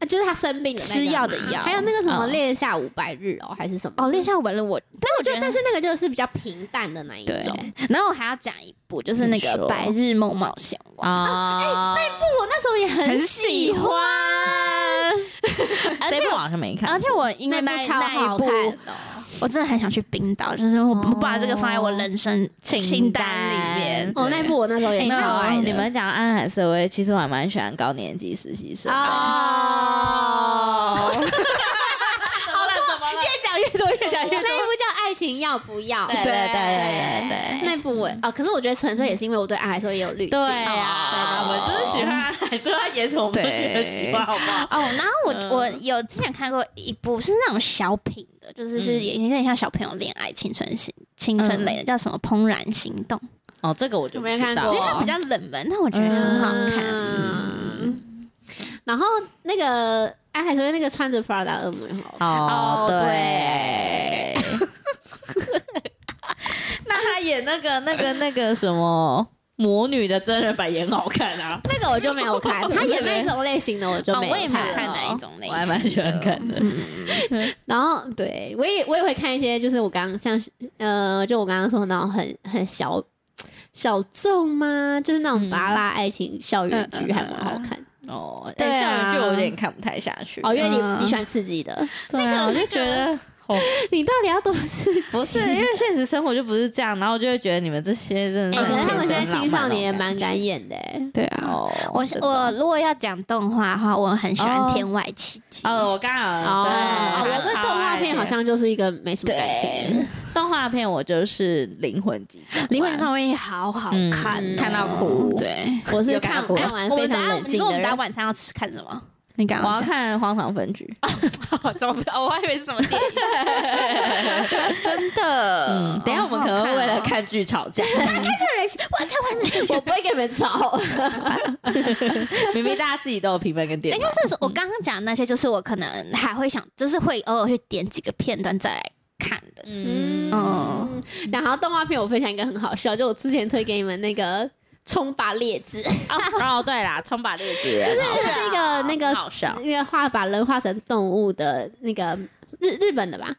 Speaker 2: 啊就是他生病的那个
Speaker 3: 吃药的
Speaker 2: 嘛
Speaker 3: 药
Speaker 2: 还有那个什么
Speaker 1: 嗯
Speaker 2: 恋下五百日哦，还是什么？
Speaker 3: 哦，恋。下五百日我，但
Speaker 2: 我觉得，但是那个就是比较平淡的那一
Speaker 3: 对
Speaker 2: 种。，哦
Speaker 3: 然后我还要讲一部，就是那
Speaker 1: 你
Speaker 3: 个
Speaker 1: 说
Speaker 3: 《白日梦冒险王》
Speaker 1: 啊，那部
Speaker 2: 我那时候也很喜欢，
Speaker 3: 而
Speaker 1: *laughs* 这
Speaker 3: 且
Speaker 1: 部我好像没看，
Speaker 3: *laughs* 而且我因为那
Speaker 2: 部超
Speaker 3: 那
Speaker 2: 好
Speaker 3: 一部
Speaker 2: 看，哦
Speaker 3: 我真的很想去冰岛，就是我我把这个放在我人生清单里面。
Speaker 2: 哦，
Speaker 1: 对
Speaker 2: 那一部我那时候也
Speaker 1: 哎
Speaker 2: 超爱
Speaker 1: 那
Speaker 2: 的。
Speaker 1: 你们讲安海瑟薇，其实我还蛮喜欢高年级实习生的。
Speaker 2: 哦，
Speaker 1: 好了，怎么了？
Speaker 3: 越讲越多，越讲越
Speaker 2: *laughs* 那一部叫《爱情要不要》，
Speaker 1: 对对对对对对。
Speaker 2: 那一部我啊、可是我觉得纯粹也是因为我对爱还是会有滤镜。
Speaker 1: 对
Speaker 2: 哦
Speaker 1: 啊，我们就是喜欢安海瑟薇，演什么我们都觉得喜欢，好不好？
Speaker 3: 哦，然后
Speaker 1: 嗯
Speaker 3: 我我有之前看过一部是那种小品的，就是是
Speaker 1: 嗯
Speaker 3: 也有点像小朋友恋爱青春型青春类的，叫什么《怦然心动》，
Speaker 1: 哦，这个我就
Speaker 2: 我
Speaker 1: 不
Speaker 2: 没
Speaker 1: 知
Speaker 2: 看
Speaker 1: 道
Speaker 2: 过
Speaker 3: 因为它
Speaker 1: 了
Speaker 3: 比。较冷门，但我觉得很好看。
Speaker 2: 嗯。然后那个安海瑟薇那个穿着 Prada 的恶魔也很好看，
Speaker 1: 哦
Speaker 4: 哦，
Speaker 1: 对。 *laughs* 那他演那个、那个、那个什么魔女的真人版也很好看啊，
Speaker 2: 那个我就没有看，他演那种类型的我就
Speaker 3: 哦
Speaker 2: 没
Speaker 3: 我也没有
Speaker 2: 看
Speaker 3: 看哪一种类
Speaker 1: 我
Speaker 3: 型，
Speaker 1: 还
Speaker 3: 嗯
Speaker 1: 蛮喜欢看的。
Speaker 2: 然后对我也我也会看一些，就是我刚刚像是呃，就我刚刚说那种很很小小众吗？就是那种拔拉爱情校园
Speaker 3: 嗯嗯
Speaker 2: 剧，还蛮好看。
Speaker 1: *laughs* 哦，
Speaker 3: 对
Speaker 1: 哎，
Speaker 3: 啊
Speaker 1: 校园剧我有点看不太下去。
Speaker 2: 哦，因为你
Speaker 3: 嗯
Speaker 2: 你喜欢刺激的，
Speaker 3: 对啊，我就觉得
Speaker 2: 你到底要多刺激？
Speaker 1: 哦
Speaker 2: 哎
Speaker 1: 不是，因为现实生活就不是这样，然后我就会觉得你们这些真的
Speaker 2: 哎、
Speaker 1: 是
Speaker 2: 可能他们现在
Speaker 1: 天真
Speaker 2: 青少
Speaker 1: 浪漫那种
Speaker 2: 年也蛮
Speaker 1: 感
Speaker 2: 敢演的、欸，
Speaker 3: *laughs* 对
Speaker 1: 觉
Speaker 3: 啊，
Speaker 1: 哦。
Speaker 3: 我
Speaker 1: 真的
Speaker 3: 我如果要讲动画的话，我很喜欢
Speaker 1: 哦
Speaker 3: 《天外奇迹》
Speaker 1: 哦，我刚刚
Speaker 2: 哦，
Speaker 1: 对，
Speaker 2: 我对
Speaker 1: 超
Speaker 2: 动画
Speaker 1: 爱
Speaker 2: 片好
Speaker 1: 的
Speaker 2: 像就是一个没什么感情的。
Speaker 1: 动画片，我就是灵魂级，
Speaker 3: 灵魂上面好好看、
Speaker 1: 嗯
Speaker 3: 哦
Speaker 1: 看到哭
Speaker 3: 对，
Speaker 2: 我是
Speaker 1: 有感
Speaker 2: 看
Speaker 1: 过
Speaker 2: 看完
Speaker 3: 我
Speaker 2: 非
Speaker 3: 们
Speaker 2: 常
Speaker 3: 等下
Speaker 2: 冷
Speaker 3: 你
Speaker 2: 静
Speaker 3: 说我
Speaker 2: 的
Speaker 3: 们打
Speaker 2: 人，
Speaker 3: 晚餐要吃看什么？你刚
Speaker 1: 我要
Speaker 3: 刚
Speaker 1: 看《荒唐分局》
Speaker 3: 看，怎么不？哦我还以为是什么电影，
Speaker 1: *laughs*
Speaker 3: 真
Speaker 1: 嗯
Speaker 2: 呃
Speaker 3: 的。，
Speaker 1: 等一下我们可
Speaker 3: 哦
Speaker 1: 能会为了看剧吵
Speaker 2: *laughs*
Speaker 1: 架，
Speaker 2: 我不会跟你们吵。
Speaker 1: 明明大家自己都有评分跟点
Speaker 2: 哎
Speaker 3: 应。该是我刚刚讲的那些，就是我可能还会想，就是会偶尔去点几个片段再来看的。
Speaker 1: 嗯，
Speaker 2: 嗯，然后动画片我分享一个很好笑，就我之前推给你们那个《冲吧列子》，
Speaker 1: 哦，对啦，冲吧列子人，就是啊
Speaker 2: 是一个那个哦
Speaker 1: 好笑，
Speaker 2: *laughs* 那个画把人画成动物的那个日日本的吧，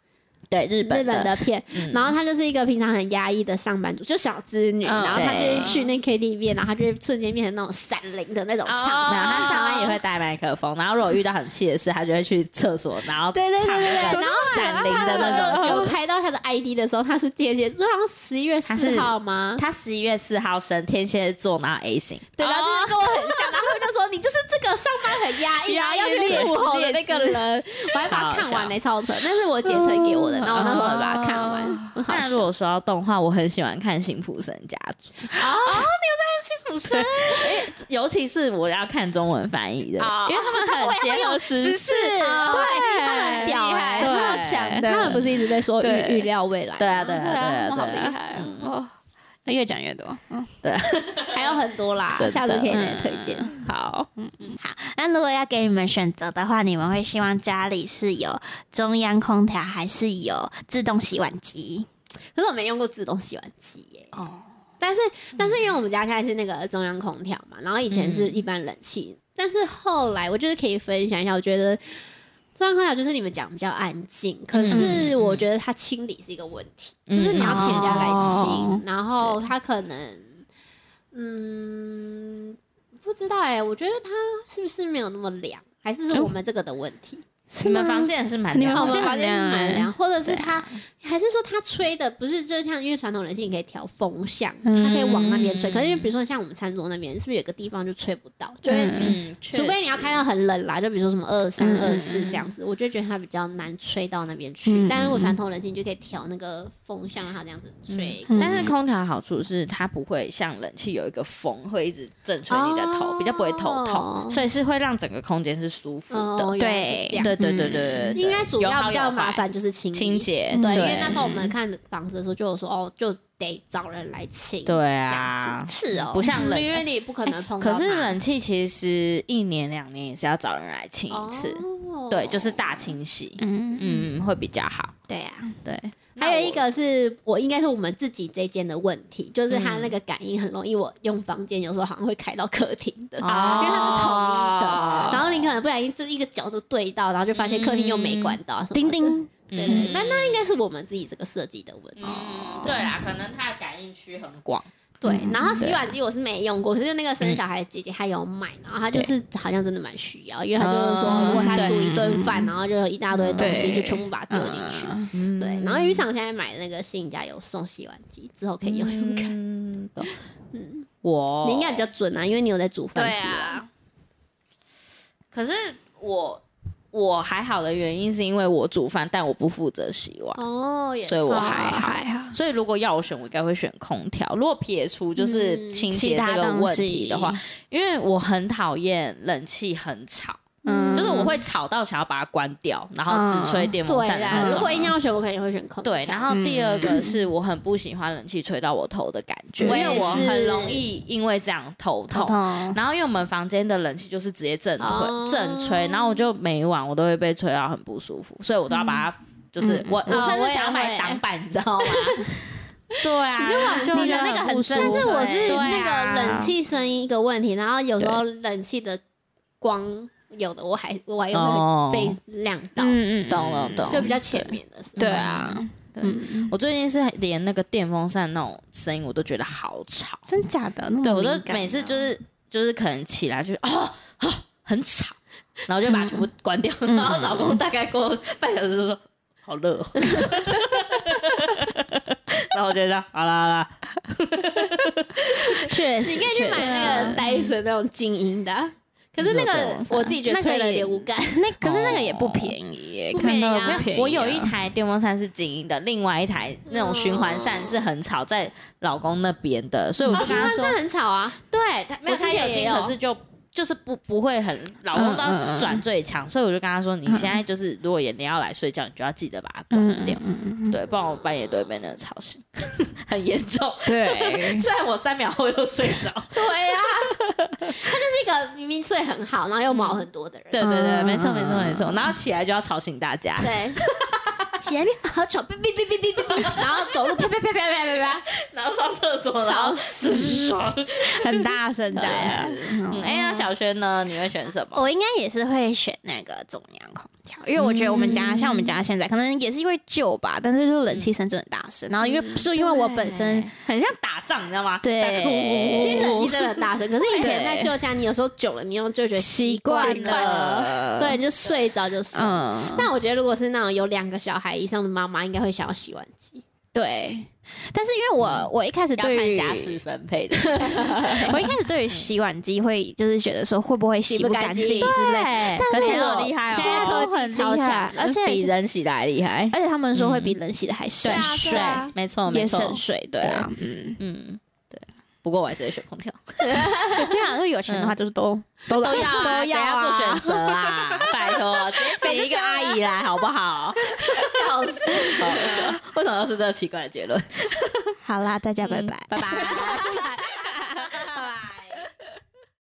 Speaker 1: 对日
Speaker 2: 日
Speaker 1: 本
Speaker 2: 本，的片，
Speaker 1: 嗯
Speaker 2: 然后她就是一个平常很压抑的上班族，就小资女，
Speaker 1: 嗯
Speaker 2: 然后她就
Speaker 1: 对哦
Speaker 2: 会去那 KTV，然后她就会瞬间变成那种闪灵的那种唱
Speaker 1: 没有，
Speaker 2: 法。
Speaker 1: 他上班也会带麦克风，然后如果遇到很气的事，他就会去厕所，然后
Speaker 2: 对对对
Speaker 1: 唱
Speaker 2: 对
Speaker 1: 那
Speaker 2: 对，
Speaker 1: 个
Speaker 2: 然后
Speaker 1: 闪灵
Speaker 2: 她
Speaker 1: 的那
Speaker 2: *laughs*
Speaker 1: 种。 *laughs*
Speaker 2: 有拍到她的 ID 的时候，她是天蝎座，好像十一月
Speaker 1: 她是
Speaker 2: 四号吗？
Speaker 1: 他十一月四号生，天蝎座，然后 A 型，
Speaker 2: 对，然后就是跟我很像，然后他们就说你就是这个上班很压抑，然后要去练舞后的那个人，我还把它看完呢，欸超扯。那是我姐推给我的，然后我那时候还把它看完，很好
Speaker 1: 那如
Speaker 2: 笑。
Speaker 1: 果说到动画，我很喜欢看《幸福神家族
Speaker 2: 哦，》，
Speaker 1: *laughs* 尤其是我要看中文翻译的，
Speaker 4: 哦
Speaker 1: 因为他们很结合时事。
Speaker 2: 对，哦他们很屌
Speaker 4: 厉害
Speaker 2: 哎，他们
Speaker 1: 对
Speaker 2: 好强的。他们不是一直在说
Speaker 3: 对
Speaker 2: 预预料未来，
Speaker 1: 对啊，对啊，对啊，
Speaker 3: 好厉
Speaker 1: 对啊。
Speaker 3: 害哦！越讲越多。
Speaker 2: 还有很多啦
Speaker 1: 真，的
Speaker 2: 下次可以再推荐。
Speaker 1: 好，
Speaker 3: 那如果要给你们选择的话，你们会希望家里是有中央空调，还是有自动洗碗机？
Speaker 2: 可是我没用过自动洗碗机耶。
Speaker 3: 哦
Speaker 2: 哦，但是但是因为我们家现在是那个中央空调嘛，然后以前是一般冷气，但是后来我就是可以分享一下，我觉得中央空调就是你们讲比较安静，可是我觉得它清理是一个问题，
Speaker 1: 嗯
Speaker 2: 就是你要请人家来清，
Speaker 3: 哦
Speaker 2: 然后它可能嗯不知道哎、我觉得它是不是没有那么凉，还是是我们这个的问题？
Speaker 1: 你们房间也是蛮
Speaker 3: 你们
Speaker 1: 凉
Speaker 2: 我
Speaker 1: 的嗯
Speaker 2: 们
Speaker 3: 很
Speaker 2: 房间
Speaker 3: 凉
Speaker 2: 是蛮
Speaker 3: 欸
Speaker 2: 凉，或者是它，还是说它吹的不是就像因为传统冷气，你可以调风向，
Speaker 3: 嗯
Speaker 2: 它可以往那边吹。可是因为比如说像我们餐桌那边，是不是有个地方就吹不到？就会
Speaker 3: 嗯
Speaker 1: 嗯，
Speaker 2: 除非你要开到很冷啦，就比如说什么二三
Speaker 3: 嗯
Speaker 2: 二四这样子，我就觉得它比较难吹到那边去。
Speaker 3: 嗯
Speaker 2: 但是我传统冷气，你就可以调那个风向，让它这样子吹。
Speaker 3: 嗯
Speaker 1: 但是空调的好处是它不会像冷气有一个风会一直正吹你的头，
Speaker 2: 哦
Speaker 1: 比较不会头痛，所以是会让整个空间是舒服的。
Speaker 2: 哦，原来是这样
Speaker 1: 对对对对对，对
Speaker 2: 应嗯该主
Speaker 1: 有好
Speaker 2: 要
Speaker 1: 有
Speaker 2: 比较麻
Speaker 1: 坏
Speaker 2: 烦就是清理
Speaker 1: 清洁，
Speaker 2: 对，
Speaker 1: 对，
Speaker 2: 因为那时候我们看房子的时候就有说，哦，就得找人来清。
Speaker 1: 对
Speaker 2: 这
Speaker 1: 啊
Speaker 2: 样，子，是哦，
Speaker 1: 不像冷
Speaker 2: 嗯因为你不哎可能碰到
Speaker 1: 可
Speaker 2: 它，
Speaker 1: 是冷气其实一年两年也是要找人来清一次，
Speaker 2: 哦
Speaker 1: 对，就是大清洗，
Speaker 3: 嗯嗯，
Speaker 1: 嗯，会比较好。
Speaker 2: 对啊。
Speaker 3: 对，
Speaker 1: 那
Speaker 2: 还有一个是我应该是我们自己这间的问题，就是它那个感应很容易，我用房间有时候好像会开到客厅的，
Speaker 1: 哦
Speaker 2: 因为它是统一
Speaker 1: 哦
Speaker 2: 的，然后你可能不小心就一个角度对到，然后就发现客厅又没关到，
Speaker 3: 叮，叮，
Speaker 2: 对
Speaker 1: 嗯
Speaker 2: 对，但那应该是我们自己这个设计的问题。
Speaker 1: 嗯，对啦，可能它的感应区很广，
Speaker 2: 对，然后
Speaker 1: 嗯
Speaker 2: 洗
Speaker 1: 对
Speaker 2: 碗机我是没用过，可是就那个生小孩的姐姐她有买，然后她就是好像真的蛮需要，因为她就是说，
Speaker 1: 嗯
Speaker 2: 如果她
Speaker 1: 对
Speaker 2: 煮一顿饭，然后就有一大堆东西，
Speaker 3: 对
Speaker 2: 就全部把它丢进去。
Speaker 1: 嗯
Speaker 2: 对，然后渔场现在买的那个新家有送洗碗机，之后可以用用看。
Speaker 1: 嗯，懂
Speaker 2: 嗯，
Speaker 1: 我
Speaker 2: 你应该比较准啊，因为你有在煮饭
Speaker 1: 啊
Speaker 2: 洗碗。，
Speaker 3: 啊
Speaker 1: 可是我我还好的原因是因为我煮饭，但我不负责洗碗，
Speaker 2: 哦，也
Speaker 1: 所以
Speaker 2: 是
Speaker 1: 我还好。
Speaker 3: 好。
Speaker 1: 所以如果要我选，我应该会选空调。如果撇除就是
Speaker 2: 嗯
Speaker 1: 清
Speaker 3: 其
Speaker 1: 洁
Speaker 3: 他
Speaker 1: 这个
Speaker 3: 东
Speaker 1: 问
Speaker 3: 西
Speaker 1: 题的话，，因为我很讨厌冷气很吵，
Speaker 3: 嗯
Speaker 1: 就是我会吵到想要把它关掉，然后只吹电风
Speaker 2: 对
Speaker 1: 扇的
Speaker 2: 啦，
Speaker 1: 那
Speaker 2: 如
Speaker 1: 种
Speaker 2: 果。嗯硬要选，我肯定会选空调。
Speaker 1: 对，然后第二个是我很不喜欢冷气吹到我头的感觉，因
Speaker 2: 我也
Speaker 1: 为我
Speaker 2: 是
Speaker 1: 很容易因为这样
Speaker 3: 嗯
Speaker 1: 头痛。
Speaker 3: 痛，
Speaker 1: 然后因为我们房间的冷气就是直接正推、
Speaker 2: 哦
Speaker 1: 正吹，然后我就每晚我都会被吹到很不舒服，所以我都要把它，就是、我、
Speaker 2: 嗯
Speaker 1: 我甚
Speaker 2: 哦我
Speaker 1: 至
Speaker 2: 也
Speaker 1: 想要买
Speaker 2: 会
Speaker 1: 挡板，你知
Speaker 2: *laughs*
Speaker 1: 道吗？对啊，你就
Speaker 3: 你的那个很
Speaker 1: 正
Speaker 3: 正
Speaker 2: 但是我是
Speaker 1: 对
Speaker 2: 那
Speaker 1: 啊
Speaker 2: 个冷气声音一个问题，然后有时候冷气的光有的我还我还
Speaker 1: 哦
Speaker 2: 会被亮到，
Speaker 3: 嗯嗯，
Speaker 1: 懂了懂
Speaker 2: 就比较前面的时候。
Speaker 3: 对，啊，嗯，
Speaker 1: 我最近是连那个电风扇那种声音我都觉得好吵，
Speaker 3: 真假的？
Speaker 1: 对我都每次就是就是可能起来就哦哦很吵，然后就把它全部关掉。然后老公大概过半小时就说：“好热、哦。”然后我就这样，好啦好啦，
Speaker 3: 确实，
Speaker 2: 你可以去买那个戴森那种静音的啊，可是那
Speaker 1: 热的
Speaker 2: 个
Speaker 1: 网
Speaker 2: 我自己觉得
Speaker 3: 那个
Speaker 2: 吹了有
Speaker 3: 也
Speaker 2: 点无感。
Speaker 3: 那可是那个也不便宜耶，
Speaker 2: 不便
Speaker 3: 看
Speaker 2: 宜
Speaker 3: 到
Speaker 2: 啊
Speaker 3: 不便宜啊。
Speaker 1: 我有一台电风扇是静音的，另外一台那种循环扇是很吵，在老公那边的，所以我
Speaker 2: 哦，
Speaker 1: 就
Speaker 2: 循
Speaker 1: 跟他
Speaker 2: 环
Speaker 1: 说，
Speaker 2: 扇很吵啊，
Speaker 1: 对他没有
Speaker 2: 我之
Speaker 1: 他
Speaker 2: 前
Speaker 1: 有
Speaker 2: 也
Speaker 1: 听，
Speaker 2: 有
Speaker 1: 可是就就是不不会很，老公都
Speaker 3: 嗯嗯
Speaker 1: 要
Speaker 3: 嗯
Speaker 1: 转最强，所以我就跟他说，你现在就是如果也你要来睡觉，你就要记得把它
Speaker 3: 嗯
Speaker 1: 关
Speaker 3: 嗯
Speaker 1: 掉，
Speaker 3: 嗯嗯，
Speaker 1: 对，不然我半夜都会被那个吵醒，很严重。
Speaker 3: 对，
Speaker 1: 虽然我三秒后又睡着，
Speaker 2: 对呀，他就是一个明明睡很好，然后又毛很多的人。
Speaker 1: 对对对，
Speaker 3: 嗯
Speaker 1: 没错没错
Speaker 3: 嗯
Speaker 1: 没错，然后起来就要吵醒大家，
Speaker 2: 对，起来边好吵，哔哔哔哔哔哔，然后走路啪啪啪啪啪啪
Speaker 1: 然后上厕所，
Speaker 2: 啪，
Speaker 1: 然
Speaker 2: 吵
Speaker 1: 后
Speaker 2: 死。
Speaker 1: 爽。
Speaker 3: 很大声这样子。
Speaker 1: 嗯，
Speaker 3: 嗯
Speaker 1: 哎，那小轩呢？你会选什么？
Speaker 3: *laughs* 我应该也是会选那个中央空调，因为我觉得我们家、像我们家现在可能也是因为旧吧，但是就冷气声真的很大声。然后因为是因为我本身
Speaker 1: 很像打仗，你知道吗？
Speaker 3: 对
Speaker 1: 打呼
Speaker 2: 其实冷气真的很大声，可是以前在旧家，你有时候久了，你又就觉得
Speaker 3: 习惯
Speaker 2: 了，
Speaker 3: 了，
Speaker 2: 对，，你就睡着就睡。
Speaker 3: 嗯，
Speaker 2: 但我觉得，如果是那种有两个小孩以上的妈妈，应该会想要洗碗机。
Speaker 3: 对。但是因为我我一开始
Speaker 1: 要
Speaker 3: 对
Speaker 1: 看
Speaker 3: 于
Speaker 1: 家事分配的，
Speaker 3: *laughs* 我一开始对于洗碗机会就是觉得说会不会洗
Speaker 2: 洗不
Speaker 3: 不
Speaker 2: 干
Speaker 3: 干
Speaker 2: 净
Speaker 3: 净啊之类，
Speaker 1: 对
Speaker 3: 但是
Speaker 1: 现在
Speaker 3: 我
Speaker 1: 很厉害哦，
Speaker 3: 现在都很厉害，而且
Speaker 1: 比人洗的还厉害。
Speaker 3: 而且他们说会比冷洗的还省
Speaker 2: 对啊
Speaker 3: 水
Speaker 2: 对，啊
Speaker 1: 没错没
Speaker 3: 也
Speaker 1: 错
Speaker 3: 省，水，哦对啊，嗯，
Speaker 1: 嗯，对。不过我还是会选空调，
Speaker 3: *laughs* 因为好像有钱的话就是都嗯都
Speaker 1: 都要啊
Speaker 3: 都
Speaker 1: 谁
Speaker 3: 要
Speaker 1: 要
Speaker 3: 啊
Speaker 1: 做
Speaker 3: *laughs*
Speaker 1: 选择啦，拜托，直接请一个阿姨来好不好？
Speaker 2: 笑死！
Speaker 1: 好好笑为什么又是这个奇怪的结论？
Speaker 3: *laughs*
Speaker 1: 嗯
Speaker 3: 好啦，大家拜拜。
Speaker 1: 拜拜。 *laughs*